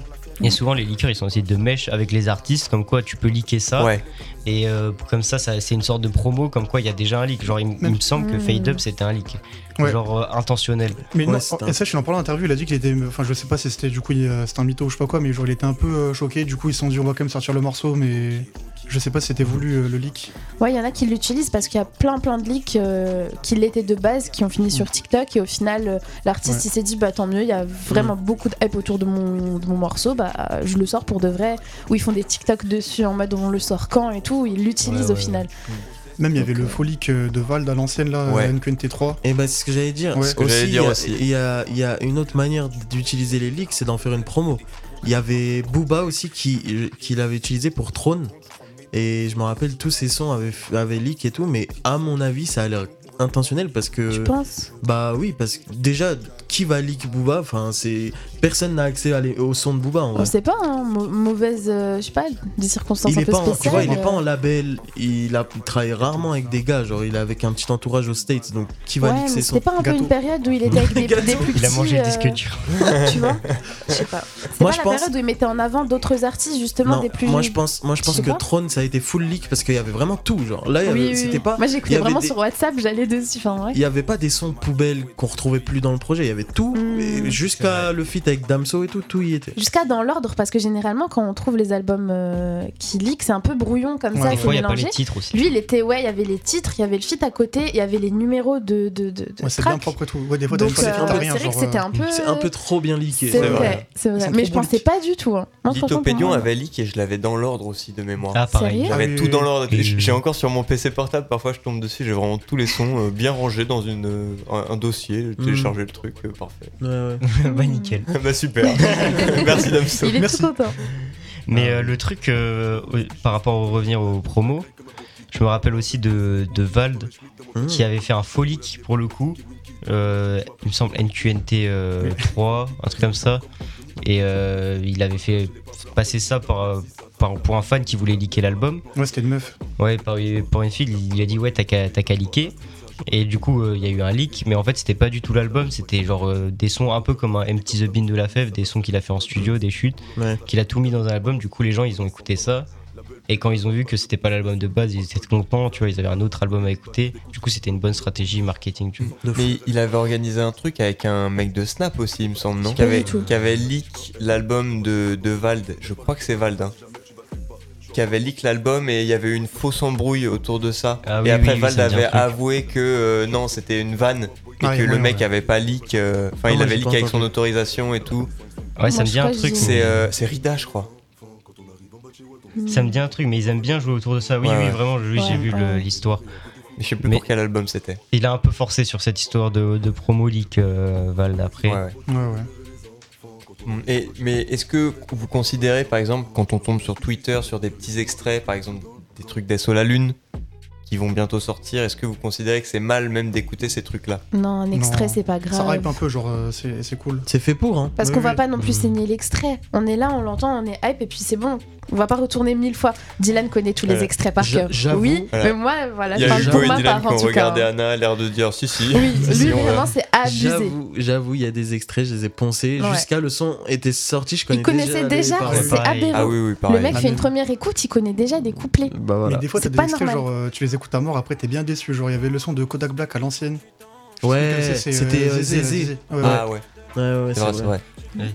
Et souvent, les liqueurs, ils sont aussi de mèche avec les artistes, comme quoi tu peux liker ça. Ouais. Et euh, comme ça, ça- c'est une sorte de promo, comme quoi il y a déjà un leak. Genre, il, m- il me semble que Mm. Fade Up, c'était un leak. Ouais. Genre, euh, intentionnel. Mais Ouais, non, c'était un- et ça, je suis en parlant d'interview, il a dit qu'il était. Enfin, je sais pas si c'était du coup, il- euh, c'était un mytho ou je sais pas quoi, mais genre, il était un peu euh, choqué. Du coup, ils se sont dit, on va quand même sortir le morceau, mais je sais pas si c'était voulu euh, le leak. Ouais, il y en a qui l'utilisent parce qu'il y a plein plein de leaks euh, qui l'étaient de base, qui ont fini Mm. sur TikTok et au final euh, l'artiste Ouais. il s'est dit bah tant mieux, il y a vraiment Mm. beaucoup de hype autour de mon, de mon morceau, bah euh, je le sors pour de vrai, où ils font des TikTok dessus en mode on le sort quand et tout, ils l'utilisent Ouais, au ouais, final. Même il y avait le folique euh, de Vald à l'ancienne, là, Ouais. NQNT3. Et bah, c'est ce que j'allais dire. Ouais. Aussi, il y a- Il y, a, il y a une autre manière d'utiliser les leaks, c'est d'en faire une promo. Il y avait Booba aussi qui, qui l'avait utilisé pour Throne. Et je me rappelle, tous ces sons avaient, avaient leak et tout, mais à mon avis, ça a l'air intentionnel parce que. Tu penses Bah oui, parce que déjà, qui va leak Booba Enfin, c'est. Personne n'a accès à les- au son de Booba en vrai. On sait pas, hein, mau- mauvaise, euh, je sais pas, des circonstances Il un est, peu pas en, spéciales. tu vois, il est pas euh. en label, il, a, il travaille rarement avec des gars, genre il est avec un petit entourage aux States, donc qui va Ouais, leak mais ses sons c'était pas un peu une période où il était avec des, des plus petits. Il a mangé le disque euh, dur. tu vois Je sais pas. C'est Moi, pas je la pense- période où il mettait en avant d'autres artistes, justement, Non, des plus. moi je pense, moi je Tu pense sais que pas Throne ça a été full leak parce qu'il y avait vraiment tout, genre là il y avait- Oui, oui, c'était oui. pas. Moi il y j'écoutais avait vraiment des- sur WhatsApp, j'allais dessus. Enfin, ouais. Il y avait pas des sons poubelles qu'on retrouvait plus dans le projet, il y avait tout, et jusqu'à le feat avec Damso et tout, tout y était. Hmm. Jusqu'à dans l'ordre, parce que généralement, quand on trouve les albums euh, qui leak, c'est un peu brouillon comme Ouais, ça. des c'est fois, y a pas mélangé. les titres aussi. Lui, il était, ouais, il y avait les titres, il y avait le feat à côté, il y avait les numéros de. de, de, de Ouais, c'est tracks. bien propre et tout. Ouais, des fois, t'as Donc, une fois, des fois, t'as euh, rien, c'est vrai que genre, c'était euh, un peu. C'est un peu trop bien leaké. C'est vrai, c'est vrai. Mais je pensais pas du tout. hein. Moi, franchement, Lithopédion pour moi, avait leak et je l'avais dans l'ordre aussi de mémoire. Ah, pareil. Sérieux J'avais Ah oui, tout dans l'ordre. oui. J'ai encore sur mon PC portable, parfois je tombe dessus, j'ai vraiment tous les sons euh, bien rangés dans une, euh, un, un dossier. J'ai Mm. téléchargé le truc, euh, parfait. Ouais, ouais. bah nickel. bah super. Merci Damso. Merci. Mais euh, le truc, euh, euh, par rapport au revenir aux promos, je me rappelle aussi de, de Vald Hmm. qui avait fait un folique pour le coup. euh, il me semble NQNT euh, 3, un truc comme ça. Et euh, il avait fait passer ça par, euh, par- pour un fan qui voulait liquer l'album. Ouais, c'était une meuf. Ouais, par, par une fille, il lui a dit ouais, t'as qu'à t'as qu'à liquer. Et du coup, euh, il y a eu un leak, mais en fait, c'était pas du tout l'album, c'était genre euh, des sons un peu comme un Empty the Bean de la Fève, des sons qu'il a fait en studio, des chutes, Ouais. qu'il a tout mis dans un album. Du coup, les gens, ils ont écouté ça. Et quand ils ont vu que c'était pas l'album de base, ils étaient contents, tu vois, ils avaient un autre album à écouter. Du coup, c'était une bonne stratégie marketing, tu vois. Mais il avait organisé un truc avec un mec de Snap aussi, il me semble, non Pas qui avait, du tout. qui avait leak l'album de, de Vald, je crois que c'est Vald, hein. qui avait leak l'album et il y avait eu une fausse embrouille autour de ça. Ah oui, et après, oui, Vald ça me dit avait un truc. avoué que euh, non, c'était une vanne et Ah, que ouais, le ouais, mec ouais. avait pas leak, euh, enfin, Ah, il moi, avait j'ai leak pas avec son entendu. autorisation et tout. Ouais, ça me dit un truc. C'est mais- euh, c'est Rida, je crois. Ça me dit un truc, mais ils aiment bien jouer autour de ça. Oui, Ouais, ouais. oui, vraiment, oui, j'ai Mm. Ouais, vu le- ouais. l'histoire. Je sais plus pour quel album c'était. Il a un peu forcé sur cette histoire de, de promo leak, euh, Val, après. Ouais, ouais. Mm. Et, mais est-ce que vous considérez, par exemple, quand on tombe sur Twitter, sur des petits extraits, par exemple des trucs d'Esso la Lune, qui vont bientôt sortir, est-ce que vous considérez que c'est mal même d'écouter ces trucs-là Non, un extrait, c'est pas grave. Ça hype un peu, genre, euh, c'est c'est cool. C'est fait pour, hein. Parce qu'on va pas non plus saigner l'extrait. On est là, on l'entend, on est hype, et puis c'est bon. On va pas retourner mille fois. Dylan connaît tous les Voilà. extraits par J'a- cœur. j'avoue. Oui, Voilà. mais moi, voilà, Il y je a parle Hugo pour et ma Dylan part hein. qui ont en tout cas. regardé Anna, l'air de dire si, si. Oui, lui, on va- vraiment, c'est abusé. J'avoue, j'avoue, il y a des extraits, je les ai poncés. Ouais. Jusqu'à le son était sorti, je connaissais Il connaissait déjà, c'est aberrant. Ah le mec fait une première écoute, il connaît déjà des couplets. Mais des fois, t'as c'est des pas extraits, normal. genre, euh, tu les écoutes à mort, après, t'es bien déçu. Genre, il y avait le son de Kodak Black à l'ancienne. Je sais plus Ouais, quel c'est, c'est, euh, c'était euh, Zézé, Zézé. Zézé. Ouais, Ah ouais. Ouais, ouais, C'est vrai, c'est vrai. Ouais.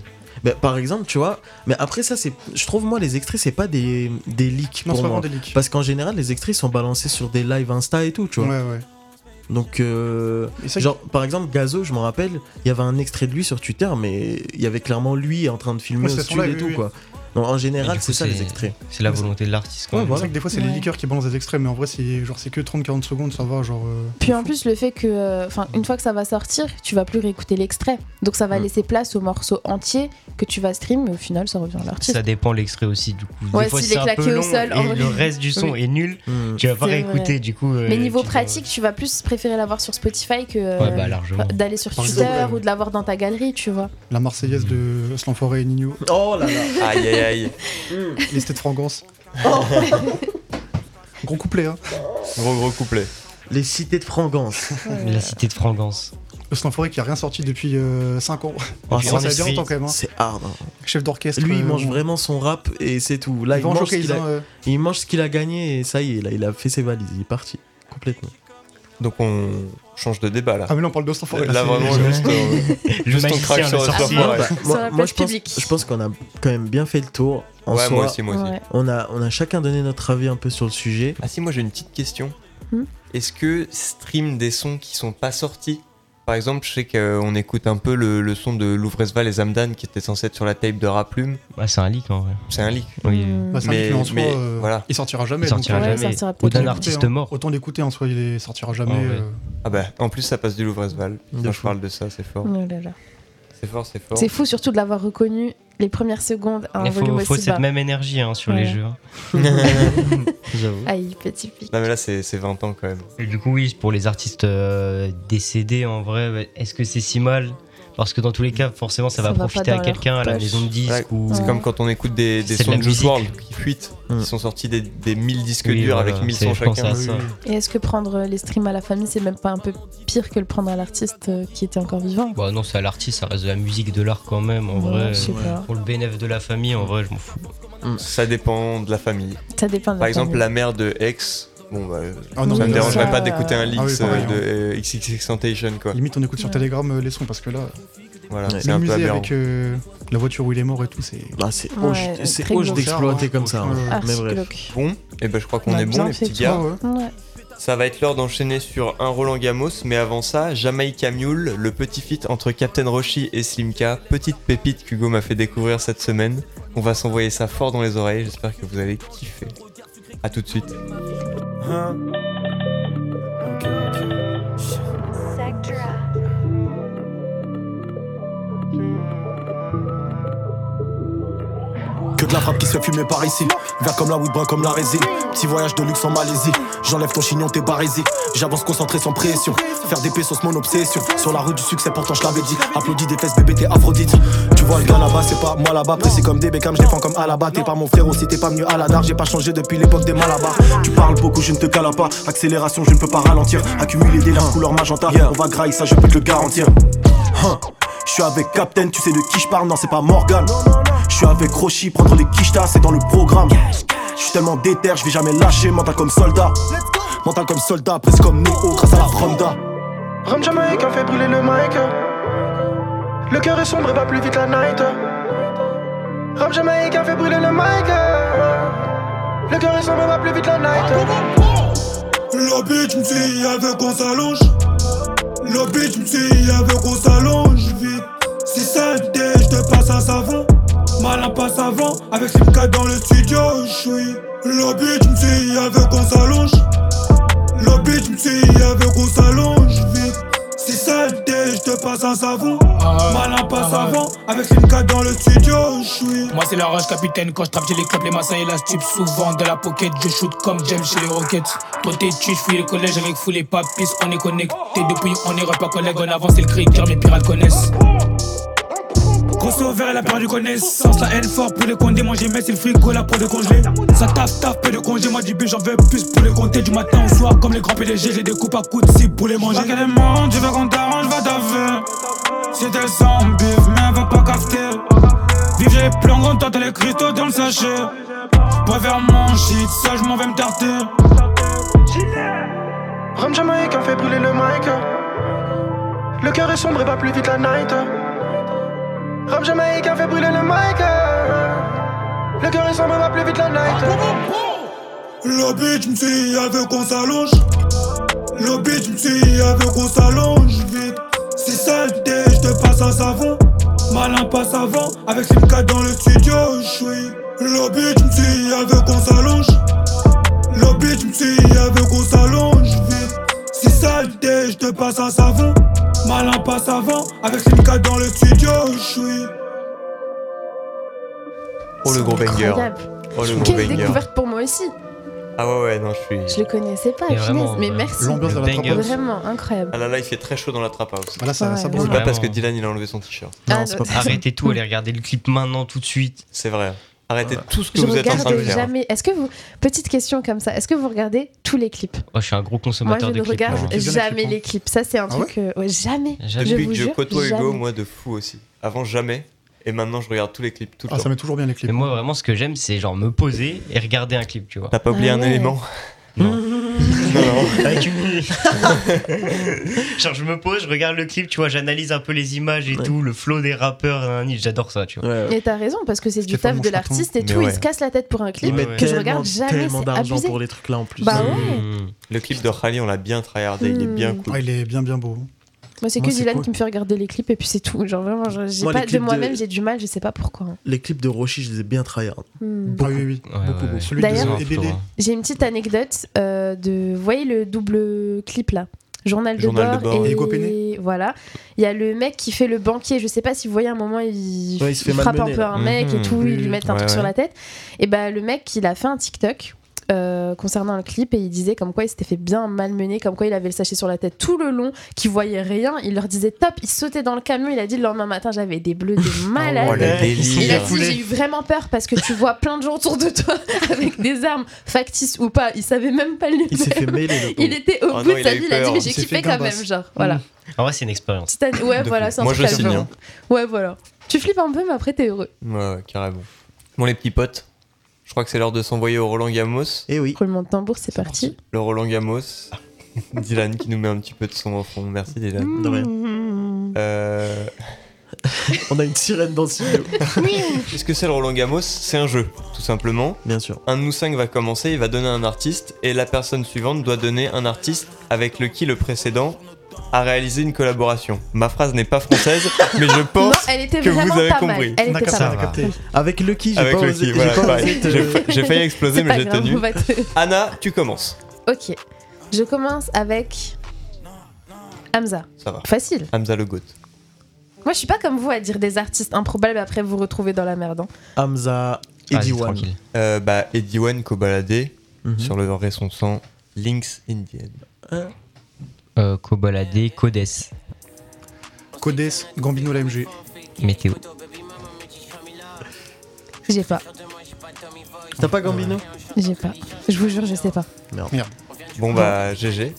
Bah, par exemple, tu vois, mais après ça, c'est, je trouve moi les extraits, c'est pas des, des leaks Non, c'est pour pas moi, vraiment des leaks. parce qu'en général, les extraits sont balancés sur des lives Insta et tout, tu vois. Ouais, ouais. Donc, euh, genre, par exemple, Gazo, je m'en rappelle, il y avait un extrait de lui sur Twitter, mais il y avait clairement lui en train de filmer Ouais, au ce studio son-là, et oui, tout, oui. quoi. Donc, en Mais général, du c'est coup, ça les extraits. C'est la volonté de l'artiste, Ouais, quoi. C'est vrai que des fois, c'est les Ouais. leakers qui balancent des extraits, mais en vrai, c'est genre, c'est que 30-40 secondes, ça va, genre. euh, Puis en plus, le fait que, euh, enfin, une fois que ça va sortir, tu vas plus réécouter l'extrait. Donc ça va Mm. laisser place au morceau entier que tu vas stream, mais au final, ça revient à l'artiste. Ça dépend l'extrait aussi, du coup. Ouais, des fois, s'il est c'est un claqué peu au long sol, et en le vrai. reste du son Oui. est nul, Hmm. tu vas pas C'est réécouter, vrai. du coup. euh, Mais niveau tu- pratique, tu vas plus préférer l'avoir sur Spotify que euh, Ouais, bah, largement. d'aller sur Par Twitter exemple, ou de l'avoir dans ta galerie, tu vois. La Marseillaise de Slanforêt et Nino. Oh là là Aïe aïe aïe Mm. Les de frangance. Oh. Gros couplet, hein. Gros gros couplet. Les cités de Frangance. La cité de Frangance. Slanforêt qui a rien sorti depuis 5 ans. Ah, ça c'est- a bien longtemps quand même. hein. C'est hard. hein. Chef d'orchestre. Lui, il euh, mange bon. vraiment son rap et c'est tout. Là, Il il, va en mange ce showcase, qu'il a, hein, euh. il mange ce qu'il a gagné et ça y est, là, il a fait ses valises. Il est parti complètement. Donc on change de débat là. Ah, mais là, on parle de Slanforêt. Là, vraiment, juste, euh, juste on craque sur le Bah, Slanforêt. bah, Sur moi, la moi, place je pense, publique. je pense qu'on a quand même bien fait le tour. En Ouais, soi. moi aussi, moi aussi. Ouais. On a, on a chacun donné notre avis un peu sur le sujet. Hmm Ah si, moi j'ai une petite question. Est-ce que stream des sons qui sont pas sortis Par exemple, je sais qu'on écoute un peu le, le son de Louvresval et Zamdan qui était censé être sur la tape de Raplume. Bah, c'est un leak en vrai. C'est un leak. Oui, oui. Bah, c'est un Mais- leak, mais en soi, mais euh, voilà. il sortira jamais. Mmh. Il sortira donc, euh, jamais. Ouais, il sortira peut-être Autant jamais. d'artistes l'écouter, hein. morts. Autant l'écouter en soi, il est- sortira jamais. Ah Oh, ouais. euh, Ah bah, en plus, ça passe du Louvresval. Quand je parle de ça, c'est fort. Oh là là. C'est fort, c'est fort. C'est fou surtout de l'avoir reconnu les premières secondes à un Il volume faut, faut aussi bas. cette même énergie hein, sur les Voilà. jeux. hein. J'avoue. Aïe, petit pic. Non, mais là, c'est c'est 20 ans quand même. Et du coup, oui, pour les artistes euh, décédés, en vrai, bah, est-ce que c'est si mal Parce que dans tous les cas, forcément, ça, Ça va va pas profiter à dans leur quelqu'un à la poche. maison de disques Ouais, ou. C'est comme quand on écoute des, des C'est de sons la de Juice musique. Mmh. WRLD qui fuitent, qui sont sortis des, des 1000 disques Oui, durs voilà, avec 1000 c'est- sons je pense chacun. à ça. Et est-ce que prendre euh, les streams à la famille, c'est même pas un peu pire que le prendre à l'artiste euh, qui était encore vivant Bah non, c'est à l'artiste, ça reste de la musique, de l'art quand même, en Ouais, vrai. je sais pas. Pour le bénéfice de la famille, en vrai, je m'en fous. Ça dépend de la famille. Ça dépend de Par la exemple, famille. la mère de X, bon bah, euh, Ah non, ça mais me ça, dérangerait pas euh, d'écouter un Ah Lix oui, pareil, hein. euh, de XXXTentacion quoi. Limite, on écoute sur Ouais. Telegram euh, les sons parce que là, Voilà, c'est le un peu musée aberrant. avec euh, la voiture où il est mort et tout, c'est. Bah, c'est Ouais, hoche euh, c'est très hoche glauque. d'exploiter comme ça. hein. Ouais. Archi Mais bref. glauque. Bon, et ben je crois qu'on Bah, est bien bon les fait, hein. petits tu gars. vois, ouais. Ouais. Ça va être l'heure d'enchaîner sur un Roland Gamos, mais avant ça, Jamaica Mule, le petit feat entre Captain Roshi et Slimka, petite pépite qu'Hugo m'a fait découvrir cette semaine. On va s'envoyer ça fort dans les oreilles, j'espère que vous allez kiffer. A tout de suite. Hein Que de la frappe qui se fait fumer par ici. Vert comme la weed, brun comme la résine. Petit voyage de luxe en Malaisie. J'enlève ton chignon, t'es barésie. J'avance concentré sans pression. Faire des pesos, mon obsession. Sur la route du succès, pourtant je l'avais dit. Applaudis des fesses, bébé, t'es aphrodite. Tu vois le gars là-bas, c'est pas moi là-bas. Précis comme des Beckham, je défends comme Alaba. T'es pas mon frère aussi, t'es pas mieux à la dar. J'ai pas changé depuis l'époque des Malabas. Tu parles beaucoup, je ne te cala pas. Accélération, je ne peux pas ralentir. Accumuler des larmes couleur magenta. On va grailler, ça je peux te le garantir. Hein. Je suis avec Captain, tu sais de qui je parle, non c'est pas Morgan. Je suis avec Roshi, prendre des quichetas, c'est dans le programme. Je suis tellement déter, je vais jamais lâcher, mental comme soldat. Mental comme soldat, presque comme Neo, grâce à la Fronda. Rhum Jamaïque a fait brûler le mic. Le cœur est sombre et va plus vite la night. Rhum Jamaïque a fait brûler le mic. Le cœur est sombre et va plus vite la night. La bitch me suit, elle veut qu'on s'allonge. La bitch me suit, elle veut qu'on s'allonge vite. Si ça le dé, je te passe un savon. Malin passe avant, avec Simka dans le studio, je suis. La bitch me suit, elle veut qu'on s'allonge. La bitch me suit, elle veut qu'on s'allonge vite. Si ça le dé, je te passe un savon. Malin passe avant, avec Simka dans le studio, je suis. Moi c'est la rage capitaine quand je trappe j'ai les clubs, les massas et la stup souvent de la pocket je shoot comme James chez les Rockets Côté tu je fouille le collège avec fou les papis on est connecté depuis on est repas collègues on avance c'est le cri car mes pirates connaissent Grosso vert, elle a perdu connaissance. La haine fort pour le condé, manger, mais c'est le fric, la pour le congeler. Ça taf, taf, peu de congé, moi du but, j'en veux plus pour le compter. Du matin au soir, comme les grands PDG, j'ai des coupes à coups de cible pour les manger. Pas qu'elle monde, je veux qu'on t'arrange, va t'aver. C'était sans bif, mais elle va pas capter. Vive, j'ai les plans, gros, t'entends les cristaux dans le sachet. Préfère mon shit, ça, je m'en vais me tarter. Rhum Jamaïque a fait brûler le mic. Le cœur est sombre et va plus vite la night. Rhum Jamaïque a fait brûler le mic. Le cœur est sombre et va plus vite la night. La bitch me suit, elle veut qu'on s'allonge. La bitch me suit, elle veut qu'on s'allonge vite. Si ça le dé, je te passe un savon. Malin passe avant, avec Simka dans le studio, je suis. La bitch me suit, elle veut qu'on s'allonge. La bitch me suit, elle veut qu'on s'allonge vite. Si ça le dé, je te passe un savon. Malin passe avant, avec Simka dans le studio, je suis. Oh le gros banger. Incroyable. Oh le gros Quelle banger. découverte pour moi aussi. Ah ouais ouais, non, je suis. Je le connaissais pas, Et punaise, vraiment, mais euh, merci. l'ambiance dans la Banger. trappe-house. Vraiment incroyable. Ah là là, il fait très chaud dans la trap house. Ah là, ça- Ouais, ça brûle. C'est pas vraiment. parce que Dylan il a enlevé son t-shirt. Non, Ah, c'est pas non. possible. Arrêtez tout, allez regarder le clip maintenant, tout de suite. C'est vrai. Arrêtez tout ce que Je vous êtes en train de regarde faire. jamais. Est-ce que vous petite question comme ça, est-ce que vous regardez tous les clips Oh, je suis un gros Moi, je consommateur ne de clips. regarde moi. jamais les clips. Ça, c'est un Ah truc euh, ouais, jamais. Depuis vous que je jure, côtoie jamais. Hugo, moi de fou aussi. Avant jamais. Et maintenant je regarde tous les clips tout le Ah, ça temps. met toujours bien les clips. Mais moi, vraiment, ce que j'aime, c'est genre me poser et regarder un clip, tu vois. T'as pas Ah oublié un élément Avec une- Genre, je me pose, je regarde le clip, tu vois, j'analyse un peu les images et tout, le flow des rappeurs, nanani, j'adore ça, tu vois. Et t'as raison parce que c'est du Stéphane taf de Monchaton. l'artiste et Mais tout. ouais. Il se casse la tête pour un clip Ils mettent que je tellement- regarde jamais. tellement C'est d'argent abusé. pour les trucs là en plus. Mmh. Bah ouais. Hmm. Le clip de Rally, on l'a bien tryhardé, il est bien cool. Ouais, il est bien, bien beau. Moi, c'est que Moi, c'est Dylan cool. qui me fait regarder les clips et puis c'est tout. Genre vraiment, je- j'ai Moi, les pas, de clips de- moi-même, j'ai du mal, je sais pas pourquoi. hein. Les clips de Roshi, je les ai bien tryhard. Hmm. Beaucoup, Ah oui, oui. beaucoup, beaucoup. D'ailleurs, j'ai une petite anecdote euh, de. Vous voyez le double clip là Journal de Journal de bord, bord. et, Et Copéné voilà. Il y a le mec qui fait le banquier. Je sais pas si vous voyez à un moment il, Ouais, il se fait frappe un malmener, peu là. un mec Mhm. et tout, Oui, il lui oui. met un Ouais, truc sur ouais. la tête. Et bah le mec il a fait un TikTok. euh, concernant le clip et il disait comme quoi il s'était fait bien malmener comme quoi il avait le sachet sur la tête tout le long qu'il voyait rien il leur disait top il sautait dans le camion il a dit le lendemain matin j'avais des bleus de malade Oh, le il a délire. dit j'ai eu vraiment peur parce que tu vois plein de gens autour de toi avec des armes, factices ou pas. Il savait même pas lui-même. Il s'est fait mêler, le pauvre. Mm. Il était au Oh bout non, de il a sa eu vie. hein. Il a dit peur. mais Il j'ai s'est kiffé fait quand gambasse. même, genre. Voilà. En vrai, c'est une expérience. Titane- Ouais, voilà, c'est un Moi, truc je à signe, faire. hein. Ouais, voilà. Tu flippes un peu, mais après t'es heureux. Ouais, ouais, carrément. Bon, les petits potes, je crois que c'est l'heure de s'envoyer au Roland Gamos. Et Eh oui. Roulement de tambour, c'est parti. Le Roland Gamos. Dylan qui nous met un petit peu de son en fond. Merci, Dylan. Mmh. De rien. Euh, On a une sirène dans le studio. Qu'est-ce que c'est le Roland Gamos C'est un jeu, tout simplement. Bien sûr. Un de nous cinq va commencer, il va donner un artiste, et la personne suivante doit donner un artiste avec le qui le précédent a réalisé une collaboration. Ma phrase n'est pas française, mais je pense Non, elle était que vraiment vous avez pas mal. compris. Elle était pas mal. Avec le qui, j'ai Avec pas le osé- qui, j'ai voilà, pas pareil. osé te- J'ai fa- j'ai failli exploser, C'est mais pas j'ai grave, tenu. on va te- Anna, tu commences. Ok. Je commence avec. Hamza. Ça va. Facile. Hamza Le Goat. Moi, je suis pas comme vous à dire des artistes improbables après vous retrouver dans la merde. hein. Hamza, Eddie Mhm. One. Euh, bah, Eddie One, Kobalade, sur le vrai son sang, Lynx Indian. Hein Euh, Kobalade, Codes, Codes, Gambino l'AMG. Météo. J'ai pas. T'as pas Gambino J'ai pas. Je vous jure, je sais pas. Merde. Bon, bah, GG.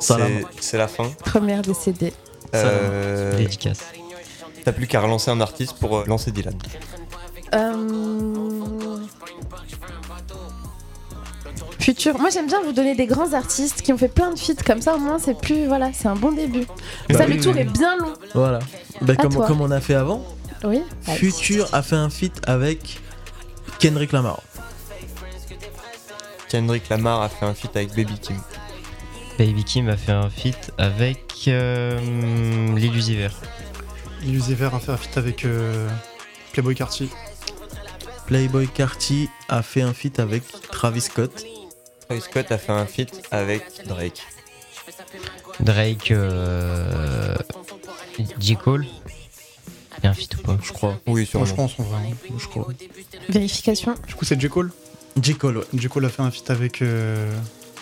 Ça C'est- C'est la fin. Première décédée. Euh, Dédicace. T'as plus qu'à relancer un artiste pour euh, lancer Dylan. Euh, Futur. Moi j'aime bien vous donner des grands artistes qui ont fait plein de feats comme ça au moins c'est plus voilà c'est un bon début. Bah ça oui, le tour oui. est bien long. Voilà. Bah, À comme, toi. comme on a fait avant, Oui. Bah, Future a fait un feat avec Kendrick Lamar. Kendrick Lamar a fait un feat avec Baby Kim. Baby Kim a fait un feat avec euh, Lil Uzi Vert. Illusiver a fait un feat avec euh, Playboy Carty. Playboy Carti a fait un feat avec Travis Scott. Travis Scott a fait un feat avec Drake. Drake, euh, J. Cole. Il y a un feat ou pas Je crois. Oui, Moi, je pense, en vrai. Je crois. Vérification. Du coup, c'est J. Cole J. Cole, ouais. J. Cole a fait un feat avec. euh,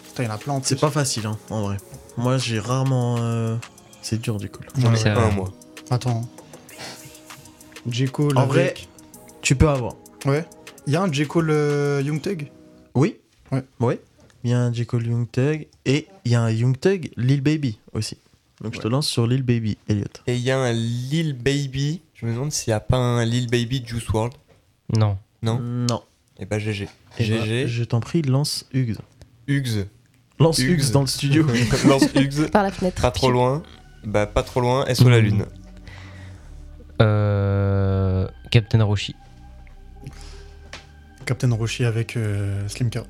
Putain, il y en a plein en C'est plus. pas facile, hein, en vrai. Moi, j'ai rarement. euh, C'est dur, du coup. J'en ai Ouais. pas, moi. Attends. J. Cole. En avec- vrai, tu peux avoir. Ouais. Il y a un J. Cole euh, Young Thug Oui. Ouais. Il y a un J. Cole Young Thug et il y a un Young Thug Lil Baby aussi. Donc je te lance sur Lil Baby, Elliot. Et il y a un Lil Baby. Je me demande s'il n'y a pas un Lil Baby Juice World. Non. Non Non. Et bah GG. Eh ben, GG. je t'en prie, lance Hugues. Hugues. Lance Hugues, dans le studio. Lance Hugues. Par la fenêtre. Pas trop loin. Bah pas trop loin. SO Hmm. la lune. Euh, Captain Roshi. Captain Roshi avec euh, Slimka.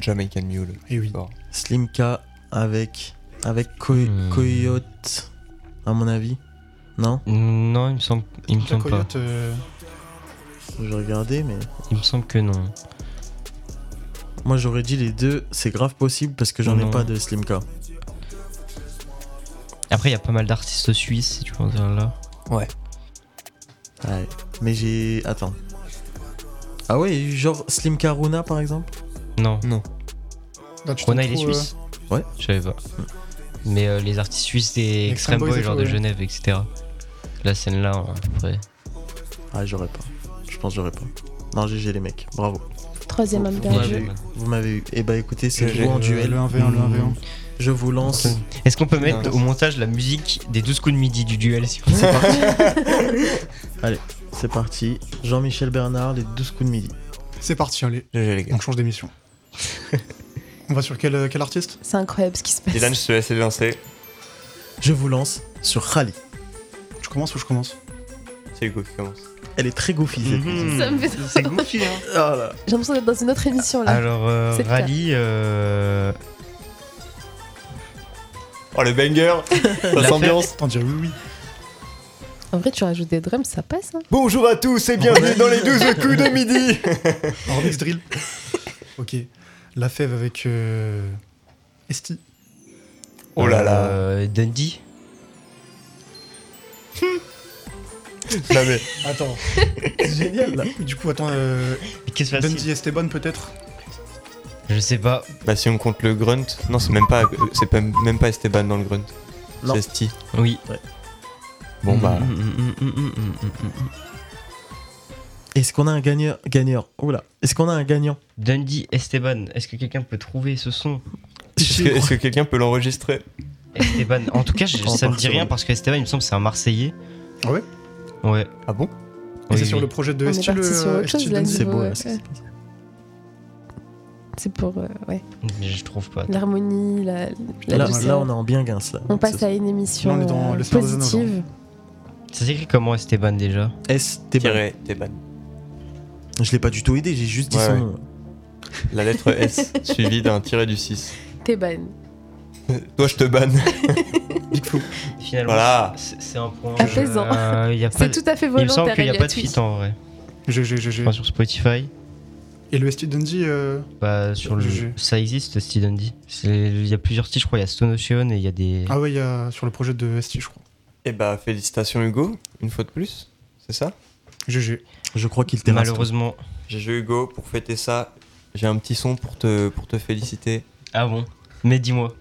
Jamaican Mule. Eh Et oui. Slimka avec avec Co- Hmm. Coyote à mon avis. Non Non, il me semble, il me semble pas. Coyote. euh, Je vais regarder mais Il me semble que non. moi j'aurais dit les deux, c'est grave possible parce que j'en ai Non. pas de Slimka. Après, il y a pas mal d'artistes suisses, si tu penses à là. Ouais. Ouais. Mais j'ai attends. Ah ouais, genre Slimka Runa par exemple Non. Non. Là, tu Rona, t'en il est trouves, suisse. euh, Ouais. Je savais pas. Mais euh, les artistes suisses, c'est Extreme Extreme Boys et Boy, tout, genre de ouais. Genève, etc. La hein, scène là, à peu près. Ah, j'aurais pas. Je pense que j'aurais pas. Non, GG les mecs, bravo. Troisième homme Vous perdu. m'avez eu. Vous m'avez eu. Eh bah écoutez, c'est GG. vous en Le- duel. Mmh. le 1v1, le 1v1. Je vous lance. Est-ce qu'on peut mettre au montage la musique des 12 coups de midi du duel si on sait Allez, c'est parti. Jean-Michel Bernard, les 12 coups de midi. C'est parti, allez. On change d'émission. On va sur quel, euh, quel artiste C'est incroyable ce qui se passe. Dylan, je te laisse lancer. Je vous lance sur Rally. Je commence ou je commence C'est Hugo qui commence. Elle est très goofy cette musique. Ça me fait Mmh. C'est goofy, hein. Oh euh, J'ai l'impression d'être dans une autre émission là. Alors, euh, C'est le cas. Rally. euh, Oh le banger La Ça ambiance T'en dirais oui oui En vrai, tu rajoutes des drums, ça passe. Hein Bonjour à tous et bienvenue dans les 12 coups de midi En remix drill. ok. La fève avec euh, Esti. Oh là là. Euh, Dundee Non mais. Attends. C'est génial là. Du coup, attends. Euh, Qu'est-ce Dundee Esteban peut-être Je sais pas. Bah si on compte le grunt, non c'est même pas c'est pas- même pas Esteban dans le grunt. Non. C'est Sti. Oui. Hmm. Bon bah Mmh, Est-ce qu'on a un gagneur Gagneur. Oula. Est-ce qu'on a un gagnant Dundee Esteban, est-ce que quelqu'un peut trouver ce son est-ce que, est-ce que quelqu'un peut l'enregistrer Esteban, en tout cas, je- En ça me partie, dit rien oui. parce que Esteban, il me semble, c'est un Marseillais. Ah ouais Ouais. Ah bon Et c'est sur le projet de On est Esti parti le. sur autre chose, Esti là, Dundee niveau, euh, C'est pour. euh, ouais. Mais je trouve pas. L'harmonie, la. la Là, douceur. là, on est en bien gains. Là. On passe à une émission euh, positive. Ça s'écrit comment Esteban déjà Esteban. Je l'ai pas du tout aidé, j'ai juste dit Ouais, son ouais. nom. La lettre S suivie d'un tiré du 6. T'es ban. Toi je te banne. Big Flo. Finalement, Voilà. c'est c'est un point. Apaisant. euh, y a C'est pas- tout à fait Il me semble volontaire qu'il n'y et a pas de gratuit. fit en vrai. Je, je, je, Enfin, sur Spotify, Et le Esti Dundee. euh, bah, sur le... GG. ça existe, Steve Dundee. C'est- Il y a plusieurs titres, je crois. Il y a Stone Ocean et il y a des. Ah ouais, il y a sur le projet de Esti, je crois. Et bah félicitations Hugo, une fois de plus, c'est ça GG. Je crois qu'il terrasse. Malheureusement. GG Hugo, pour fêter ça, j'ai un petit son pour te, pour te féliciter. Ah bon Mais dis-moi.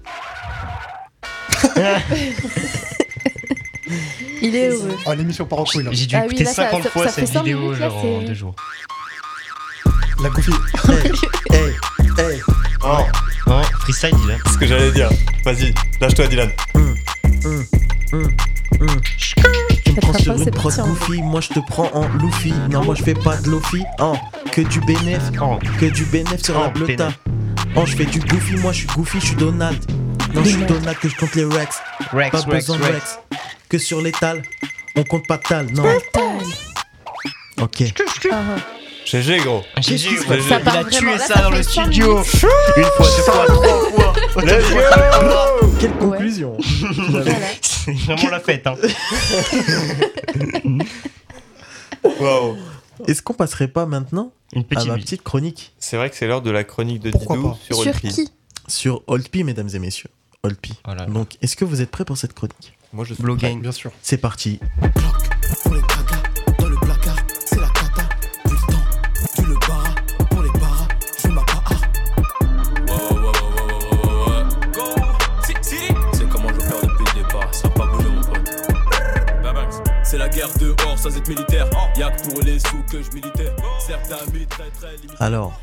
Il est heureux. Ah, l'émission part en couille là. J'ai dû Ah oui, écouter là, ça- 50 ça- fois ça fait cette cinq vidéo minutes, là, genre, en c'est- deux jours. La confie. hey, Eh, hey. Oh, oh freestyle Dylan. C'est ce que j'allais dire. Vas-y, lâche-toi Dylan. Tu me prends Cette sur phrase, une c'est prod parti hein. en- goofy, moi je te prends en loofy. Non, moi je fais pas de lofi, hein. Que du bénéf, que du bénéf sur la Oh, bleuta. bénéf. Oh, je fais du goofy, moi je suis goofy, je suis Donald. Non, je suis Donald que je compte les Rex. Rex, pas Rex, besoin de Rex. Rex. Que sur l'étal, on compte pas tal, non. Ok. GG gros. GG gros. Il a part tué vraiment, là, ça Ah, ça dans fait le cinq studio. Une minutes. fois, deux fois, trois fois. Let's oh, go Quelle conclusion C'est vraiment la fête. Hein. Est-ce qu'on passerait pas maintenant à ma petite chronique C'est vrai que c'est l'heure de la chronique de Pourquoi Didou pas sur Olpi. Sur Old Pie, mesdames et messieurs. Old Pie. Donc, est-ce que vous êtes prêts pour cette chronique Moi, je suis Bloguin. prêt. Bien sûr. C'est parti. Pour les gagas, dans le placard, c'est la cata. Plus le temps, tu le barra. Pour les barras, je fais ma para. C'est comment je faire depuis le départ, ça a pas bougé mon pote. C'est la guerre dehors, sans être militaire. Y'a que pour les sous que je militais. Certes, amis très très limités. Alors,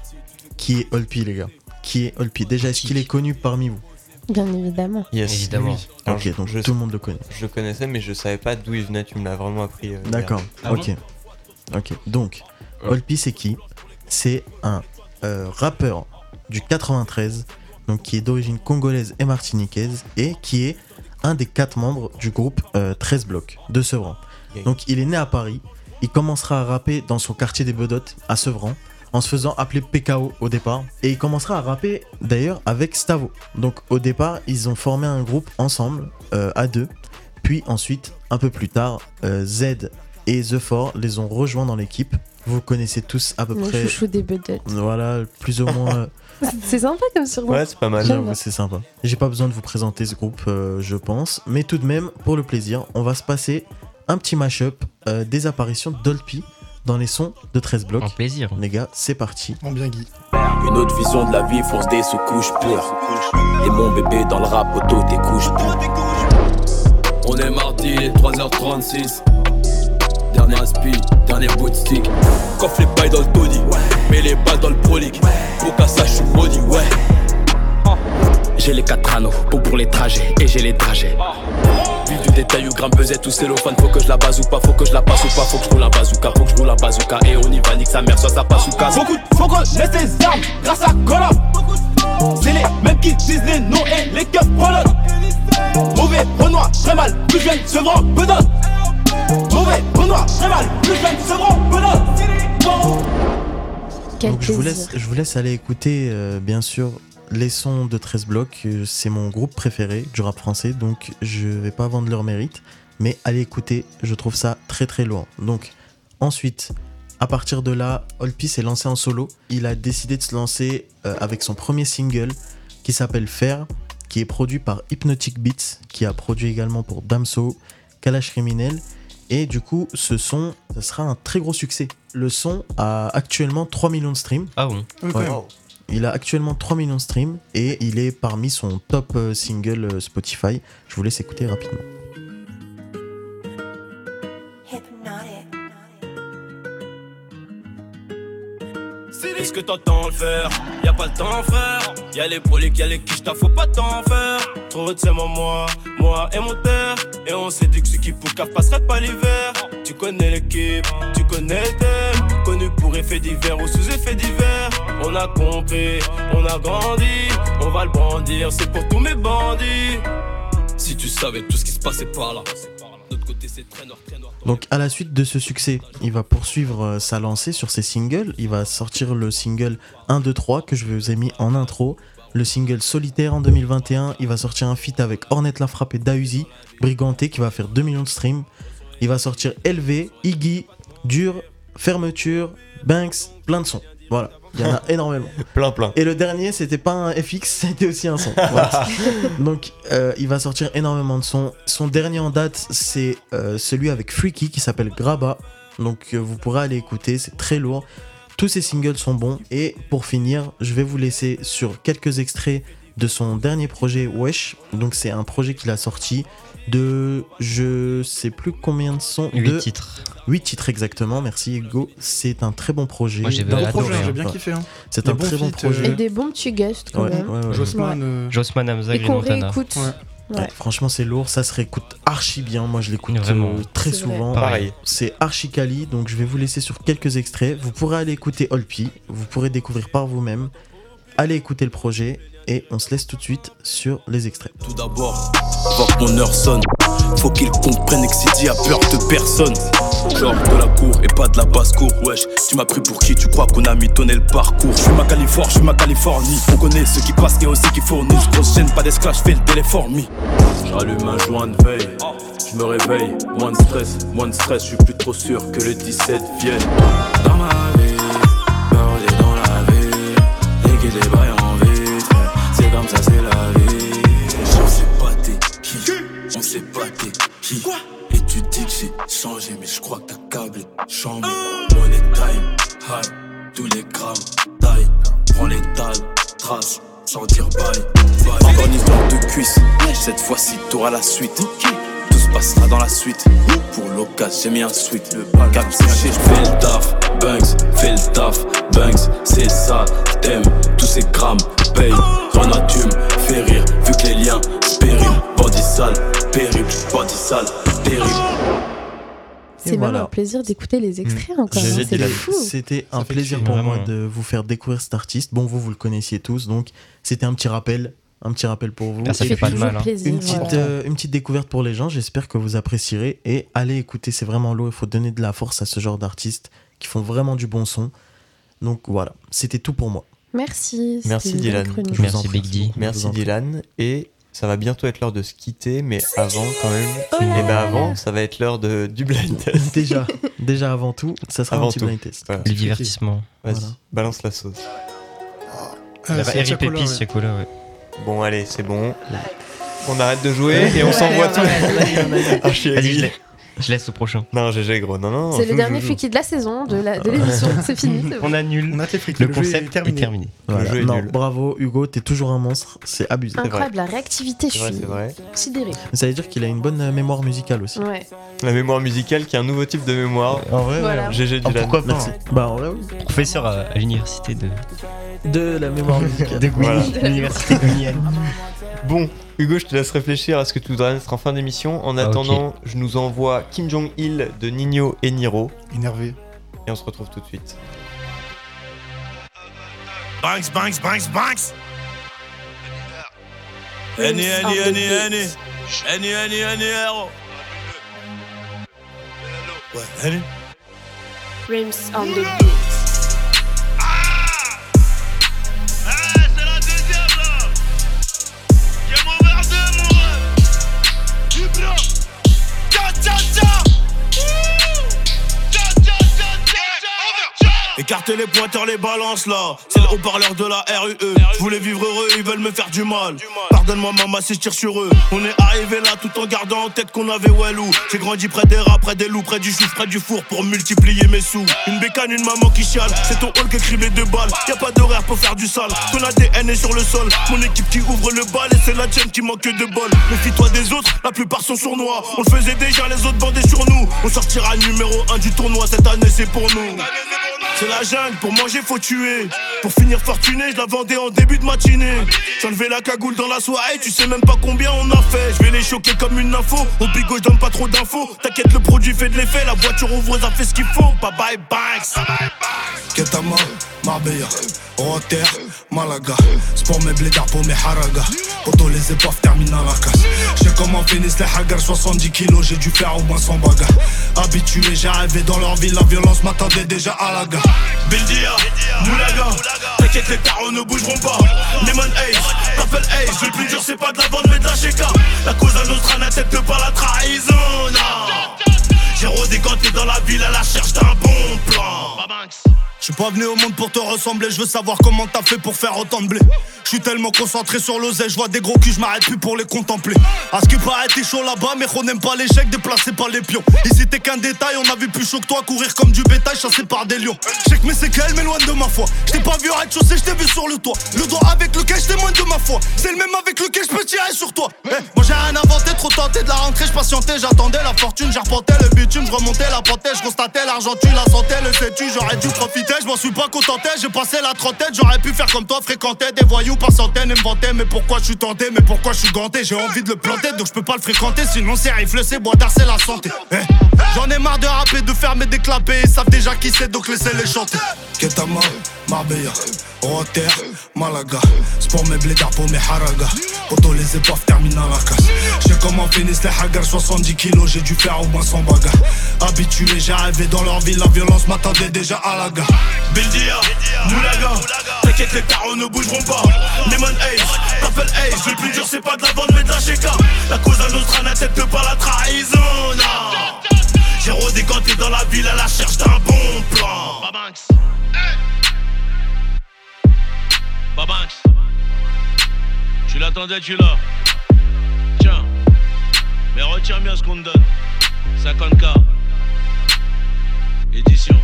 qui est Olpi, les gars Qui est Olpi Déjà, est-ce qu'il est connu parmi vous Bien évidemment. Yes. Oui. Ok, donc tout le monde le connaît. Je le connaissais, mais je savais pas d'où il venait. Tu me l'as vraiment appris. euh, hier. D'accord, ok. ok, donc, Olpi, c'est qui C'est un euh, rappeur du 93, donc qui est d'origine congolaise et martiniquaise, et qui est un des quatre membres du groupe euh, 13 Blocs de Sevran. Yeah. Donc, il est né à Paris, il commencera à rapper dans son quartier des Bedottes, à Sevran, en se faisant appeler PKO au départ, et il commencera à rapper d'ailleurs avec Stavo. Donc, au départ, ils ont formé un groupe ensemble, euh, à deux, puis ensuite, un peu plus tard, euh, Z et The Four les ont rejoints dans l'équipe. Vous connaissez tous à peu Mon près. chouchou des bedettes. Voilà, plus ou moins. euh, C'est sympa comme surnom. J'avoue, J'aime. C'est sympa. J'ai pas besoin de vous présenter ce groupe, euh, je pense. Mais tout de même, pour le plaisir, on va se passer un petit mashup euh, des apparitions d'Olpi dans les sons de 13 blocs. plaisir. Les gars, c'est parti. En bien Guy. Une autre vision de la vie, fonce des sous-couches pures. Et mon bébé dans le rap, auto tes couches pures. On est mardi, il est 3h36. Dernier aspi, dernier bout de stick. Coffre les pailles dans le Tony, mets les balles dans le prolique. Pour qu'à ça, je suis maudit, ouais. J'ai les quatre anneaux, bon pour les trajets, et j'ai les trajets. Ville du détail ou grimpe pesette ou cellophane Faut que je la base ou pas, faut que je la passe ou pas Faut que je roule un bazooka, faut que je roule un bazooka Et on y va, nique sa mère, soit ça passe ou casse Beaucoup de faut connaître ses armes grâce à Colomb. C'est les mêmes qui disent les noms et les keufs prologues. Mauvais Renoir, très mal, plus jeune, Sevran, Bedotte. Mauvais Renoir, très mal, plus jeune, Sevran, Bedotte. Donc je vous, laisse, je vous laisse aller écouter, euh, bien sûr, les sons de 13 blocs, euh, c'est mon groupe préféré du rap français, donc je vais pas vendre leur mérite, mais allez écouter, je trouve ça très très lourd. Donc ensuite, à partir de là, Olpi s'est lancé en solo. Il a décidé de se lancer euh, avec son premier single qui s'appelle Faire, qui est produit par Hypnotic Beats, qui a produit également pour Damso, Kalash Criminel. Et du coup, ce son, ce sera un très gros succès. Le son a actuellement 3 millions de streams. Ah bon Ouais. Il a actuellement 3 millions de streams et il est parmi son top euh, single euh, Spotify. Je vous laisse écouter rapidement. Est-ce que t'entends le faire Y'a pas le temps frère Y'a les broliques, y'a les quiches, t'as faut pas t'en faire Trop de c'est moi, moi, moi et mon terre Et on s'est dit que ce qui poucave passerait pas l'hiver Tu connais l'équipe, tu connais le thème Connu pour effet divers ou sous effet divers On a compris, on a grandi On va le brandir, c'est pour tous mes bandits Si tu savais tout ce qui se passait par là D'autre côté c'est très noir, très noir Donc à la suite de ce succès, il va poursuivre euh, sa lancée sur ses singles. Il va sortir le single 1, 2, 3 que je vous ai mis en intro. Le single Solitaire en 2021. Il va sortir un feat avec Ornette La Frappe et Dausi, Briganté qui va faire 2 millions de streams. Il va sortir LV, Iggy, Dur, Fermeture, Banks, plein de sons. Voilà, il y en a énormément. Plein, plein. Et le dernier, Eh c'était pas un FX, c'était aussi un son. Voilà. Donc, euh, il va sortir énormément de sons. Son dernier en date, c'est euh, celui avec Freaky qui s'appelle Graba. Donc, euh, vous pourrez aller écouter, c'est très lourd. Tous ses singles sont bons. Et pour finir, je vais vous laisser sur quelques extraits de son dernier projet Wesh. Donc, c'est un projet qu'il a sorti de je sais plus combien de sons. Huit de- titres. 8 titres exactement, merci Hugo. C'est un très bon projet. Moi, j'ai Dans- adoré, projet, hein. j'ai bien kiffé, hein. C'est un très bon projet. Et des bons petits guests quand Ouais, même. ouais, ouais. Jossman, euh, Jossman, Hamza, Et qu'on Grimontana. réécoute. Ouais. Ouais. Franchement, c'est lourd, ça se réécoute archi bien. Moi, je l'écoute Vraiment. euh, très C'est vrai. souvent. Pareil. C'est archi quali, donc je vais vous laisser sur quelques extraits. Vous pourrez aller écouter Olpi, vous pourrez découvrir par vous-même. Allez écouter le projet et on se laisse tout de suite sur les extraits. Tout d'abord, avant que mon heure sonne, faut qu'ils comprennent que Sidi a peur de personne. Genre de la cour et pas de la basse-cour, wesh. Tu m'as pris pour qui Tu crois qu'on a mitonné le parcours Je suis ma Californie, je suis ma Californie. On connaît ceux qui passent et aussi qui fournissent. Grosse chaîne, pas d'esclave, je fais le téléformi. J'allume un joint de veille, je me réveille. Moins de stress, moins de stress, je suis plus trop sûr que le 17 vienne. Dans ma vie, bordé dans la vie, et qui débraille en ville, c'est comme ça, c'est la vie. On sait pas t'es qui, on sait pas t'es qui. Et tu dis que j'ai changé, mais je crois que t'as câblé. Chambé, money time, high, tous les grammes, taille. Prends les dalles, trace, sans dire bye. bye. Encore une histoire de cuisse, cette fois-ci t'auras la suite. Tout se passera dans la suite. Pour l'occasion, j'ai mis un suite. Le bac à sécher, je fais le taf. Banks, fais le taf. Banks, c'est ça, t'aimes. Tous ces grammes, paye. J'en atume, fais rire, vu que les liens, périment. Bandit sale, périple, bandit sale, terrible. C'est même un plaisir d'écouter les Mm. extraits encore. hein, C'est fou. C'était un plaisir pour moi de vous faire découvrir cet artiste. Bon, vous, vous le connaissiez tous, donc c'était un petit rappel. Un petit rappel pour vous. Ah, ça Et fait pas de puis, mal, hein. plaisir, une, petite, voilà. euh, une petite découverte pour les gens. J'espère que vous apprécierez. Et allez écouter, c'est vraiment lourd. Il faut donner de la force à ce genre d'artistes qui font vraiment du bon son. Donc voilà, c'était tout pour moi. Merci. Merci c'était une Dylan. belle chronique. Je Merci vous en prie. Dylan. Et ça va bientôt être l'heure de se quitter, mais avant quand même. Oh là et ben là avant, ça va être l'heure de- du blind test. Déjà, déjà avant tout, ça sera Avant un petit tout. blind test. Voilà. Le divertissement. Vas-y, Voilà. balance la sauce. Ah, c'est Eric Chacola, Pépis, ouais. Chacola, ouais. Bon, allez, c'est bon. On arrête de jouer et on Ouais, s'envoie ouais, tout. ouais, ouais, ouais, ouais. Ah, je suis Vas-y, je ému. la- je laisse au prochain. Non, GG, gros. Non, non. Oh, C'est joue, le dernier joue, joue. flicky de la saison, de la- de l'émission. c'est fini. c'est bon. annule. On a fait fric. Le Le, jeu concept est terminé. est terminé. Voilà. jeu est Non, nul. bravo Hugo, t'es toujours un monstre, c'est abusé. Incroyable, la réactivité, je C'est vrai, suis c'est vrai. sidérée. Ça veut dire qu'il a une bonne euh, mémoire musicale aussi. Ouais. La mémoire musicale qui est un nouveau type de mémoire. En vrai, Voilà. ouais. GG Ah, Dylan. pourquoi pas Merci. Bah, en vrai, oui. hein. Professeur à, à l'université de. De la mémoire musicale. De Guinée. L'université de Guinée. Bon, Hugo, je te laisse réfléchir à ce que tu voudrais mettre en fin d'émission. En Ah, ok. attendant, je nous envoie Kim Jong-il de Nino et Niro. Énervé. Et on se retrouve tout de suite. Banks, Banks, Banks, Banks. Any, any, any, any. Any, any, any, hero. Ouais, any. Rims on the beat. Ah, c'est la deuxième là. Écartez les pointeurs, les balances là. C'est le haut-parleur de la RUE. Je voulais vivre heureux, ils veulent me faire du mal. Pardonne-moi, maman, si je tire sur eux. On est arrivé là tout en gardant en tête qu'on avait Wallou. J'ai grandi près des rats, près des loups, près du chou, près du four pour multiplier mes sous. Une bécane, une maman qui chiale. C'est ton hall qui crime les deux balles. Y a pas d'horaire pour faire du sale. Ton ADN est sur le sol. Mon équipe qui ouvre le bal et c'est la tienne qui manque de bol. Méfie-toi des autres, la plupart sont sournois. On le faisait déjà, les autres bandaient sur nous. On sortira numéro 1 du tournoi cette année, c'est pour nous. C'est la jungle, pour manger faut tuer. Pour finir fortuné, je la vendais en début de matinée. J'enlevais la cagoule dans la soirée, tu sais même pas combien on a fait. Je vais les choquer comme une info. Au bigot, je donne pas trop d'infos. T'inquiète, le produit fait de l'effet. La voiture ouvre, ça fait ce qu'il faut. Bye bye, bye. Ketama, Marbella, Rotter, Malaga. Sport mes blédards pour mes haragas. Poto les épaves terminent à la casse. J'ai comment finissent les hagars, 70 kilos, j'ai dû faire au moins 100 bagarres. Habitué, j'ai rêvé dans leur ville, la violence m'attendait déjà à la gare. Bildia, Moulaga, t'inquiète, les tarots ne bougeront pas. Lemon Ace, Purple Ace, le plus dur c'est pas de la vente mais de la chéka. La cause à Nostra n'accepte pas la trahison. non. J'ai redécanté dans la ville à la recherche d'un bon plan. Je suis pas venu au monde pour te ressembler, je veux savoir comment t'as fait pour faire autant de blé. Je suis tellement concentré sur l'oseille, je vois des gros culs, je m'arrête plus pour les contempler. À ce qui paraît, t'es chaud là-bas, mais on n'aime pas l'échec, déplacé par les pions. Ici t'es qu'un détail, on a vu plus chaud que toi courir comme du bétail, chassé par des lions. Je sais que mes séquelles m'éloignent de ma foi. Je t'ai pas vu à rez-de-chaussée, je t'ai vu sur le toit. Le doigt avec lequel je témoigne de ma foi. C'est le même avec lequel je peux tirer sur toi. Eh, moi j'ai rien inventé, trop tenté de la rentrée, je patientais, j'attendais la fortune, j'arpentais le bitume, je remontais la pantée, je constatais l'argent, tu la sentais, le sais-tu, j'aurais dû profiter, je m'en suis pas contenté, j'ai passé la trentaine, j'aurais pu faire comme toi, fréquenter des voyous par centaines et me vanter, mais pourquoi je suis tenté, mais pourquoi je suis ganté, j'ai envie de le planter, donc je peux pas le fréquenter, sinon c'est rifle, c'est bois d'art, c'est la santé. Eh, J'en ai marre de rapper, de faire mes déclapés, ils savent déjà qui c'est, donc laissez-les chanter. Ketama, Marbella, Rotter, Oh, Malaga. Sport mes blédards pour mes haragas. Poto les épaves terminent à la casse. J'ai comment finissent les hagars, 70 kilos, j'ai dû faire au moins 100 bagarres. Habitué, j'ai rêvé dans leur ville, la violence m'attendait déjà à la gare. Bildia, Moulaga, t'inquiète les tarots ne bougeront pas. Lemon Ace, Purple Ace, le plus dur c'est pas de la vente mais de la chéka. La cause à Nostra n'accepte pas la trahison. non. J'ai redécanté dans la ville à la recherche d'un bon plan. Babanks, tu l'attendais, tu l'as. Tiens, mais retiens bien ce qu'on te donne. 50K, édition.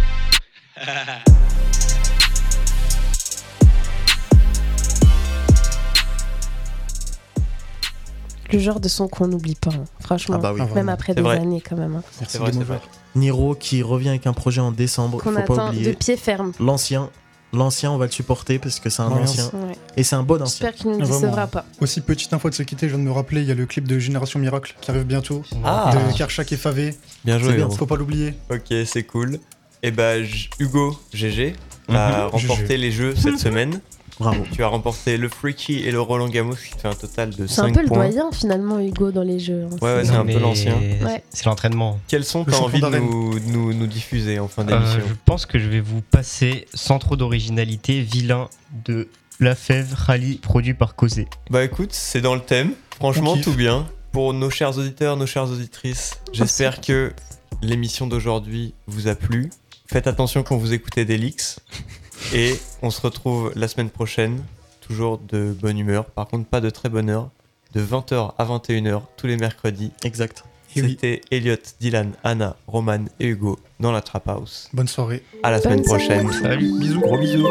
Le genre de son qu'on n'oublie pas, hein. franchement, Ah bah oui. Ah, même vraiment. après C'est des vrai. années quand même. hein. Niro qui revient avec un projet en décembre, Qu'on faut pas attend oublier. de pied ferme. L'ancien, l'ancien, on va le supporter parce que c'est un Ouais. ancien Ouais. et c'est un bon ancien. J'espère qu'il ne nous Vraiment. décevra pas. Aussi petite info de se quitter, je viens de me rappeler, il y a le clip de Génération Miracle qui arrive bientôt. Ah. De Karchak et Favé. Bien joué, C'est Hiro. Faut pas l'oublier. Ok, c'est cool. Et bah, J- Hugo, GG, a Mhm. remporté GG. les jeux cette Mhm. semaine. Bravo. Tu as remporté le Freaky et le Roland Gamos, qui te fait un total de 5 C'est un peu le points. doyen finalement Hugo dans les jeux. hein. Ouais, ouais, c'est un peu Mais l'ancien. Ouais. C'est l'entraînement. Quels sont Le t'as champion envie de d'arène. nous, nous, nous diffuser en fin Euh, d'émission je pense que je vais vous passer, sans trop d'originalité, Vilain de La Fève Rally, produit par Causé. Bah écoute, c'est dans le thème. Franchement, On kiffe. tout bien. Pour nos chers auditeurs, nos chères auditrices, j'espère que l'émission d'aujourd'hui vous a plu. Faites attention quand vous écoutez Delix. Et on se retrouve la semaine prochaine, toujours de bonne humeur. Par contre, pas de très bonne heure. De 20h à 21h, tous les mercredis. Exact. C'était Elliot, Dylan, Anna, Roman et Hugo dans la Trap House. Bonne soirée. À la semaine Bonne soirée. prochaine. Salut. Bisous. Gros bisous.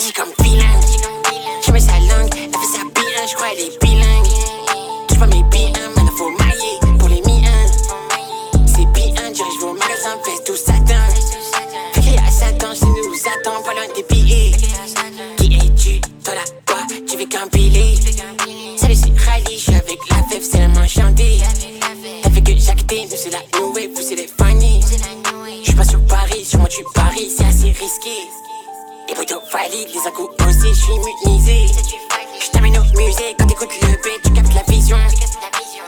J'ai comme bilingue. Je mets sa langue, elle fait sa bilingue. Je crois elle est bilingue. Touche pas mes biens, maintenant faut mailler pour les miens. C'est bien, dirige vos magasins, fais tout Satan. Fais à Satan, chez nous, Satan, voilà tes billets. Qui es-tu, toi là-bas, tu veux qu'un billet. Salut, c'est Rally, je suis avec la fève, c'est la main chantée. Avec que Jacques T, nous c'est la nouvelle, vous c'est les fanny. Je suis pas sur Paris, sur moi tu paries, c'est assez risqué. Les poteaux valides, les à aussi, je suis immunisé. Je t'amène au musée, quand t'écoutes le B, tu captes la vision.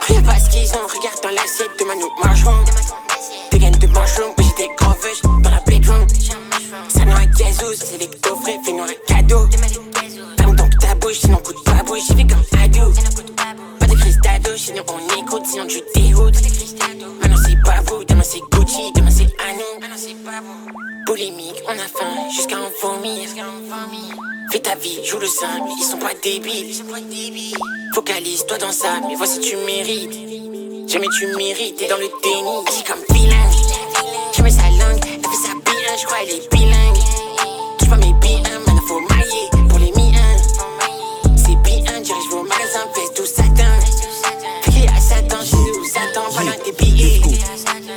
Regarde pas ce qu'ils ont, regarde dans l'assiette, demain nous mangerons. Des gaines de manchons, mais j'ai des gros veuches dans la bedroom. Ça n'a un Jesus, dose. C'est les coffrets, fais-nous un cadeau. Ferme donc ta bouche, sinon coûte pas bouche. J'y vais comme ado. Pas de crise d'ado, sinon on écoute, sinon tu déroutes. Maintenant c'est pas vous, demain c'est Gucci, demain c'est Anou. Polémique, on a faim, jusqu'à en vomir. Fais ta vie, joue le simple, ils sont pas débiles. Focalise-toi dans ça, mais vois si tu mérites. Jamais tu mérites, t'es dans le déni. Dis comme bilingue, je mets sa langue, elle fait sa bilingue, je crois elle est bilingue. Touche pas mes biens, maintenant faut mailler pour les miens. C'est hein, bien, dirige vos magasins, fais tout satin. Crier à Satan, je sais où Satan, voilà tes billets.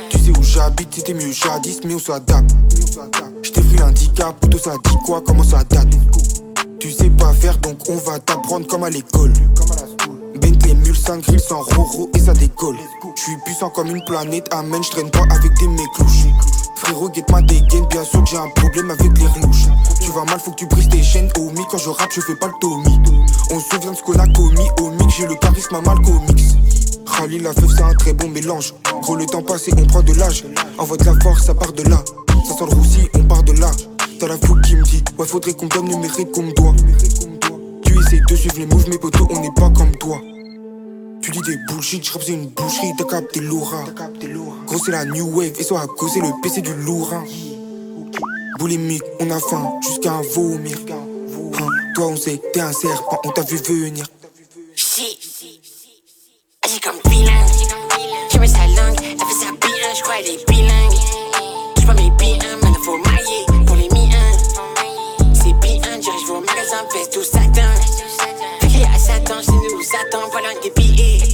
Tu sais où j'habite, c'était mieux jadis, mais on s'adapte. Je t'ai pris un handicap, tout ça dit quoi, comment ça date. Tu sais pas faire, donc on va t'apprendre comme à l'école. Bentley, mule, 5 grilles, sans roro et ça décolle. Je suis puissant comme une planète, amen, je traîne pas avec des mecs louches. Frérot, guette ma dégaine, bien sûr que j'ai un problème avec les louches. Tu vas mal, faut que tu brises tes chaînes, homie, quand je rappe, je fais pas le Tommy. On se souvient de ce qu'on a commis, homie, j'ai le charisme à mal comics. Rallye la feuille, c'est un très bon mélange. Gros, le temps passe et on prend de l'âge. Envoie de la force, ça part de là. Ça sent le roussi, on part de là. T'as la foule qui me dit, ouais, faudrait qu'on me donne le mérite qu'on me doit. Tu essayes de suivre les moves, mes potos, on n'est pas comme toi. Tu dis des bullshit, j'rappe c'est une boucherie, t'as capté l'aura. Gros, c'est la new wave, et soit à cause, c'est le PC du lourin. Boulimique, on a faim, jusqu'à un vomir. Hein, toi, on sait, t'es un serpent, on t'a vu venir. Shit. Agis comme bilingue. Je mets sa langue, elle fait sa bilingue, je crois elle est bilingue. Je vois mes biens, maintenant faut mailler pour les miens. C'est hein, bien, dirige vos magasins, fais tout satin. Crier à Satan, c'est nous, Satan, voilà tes billets.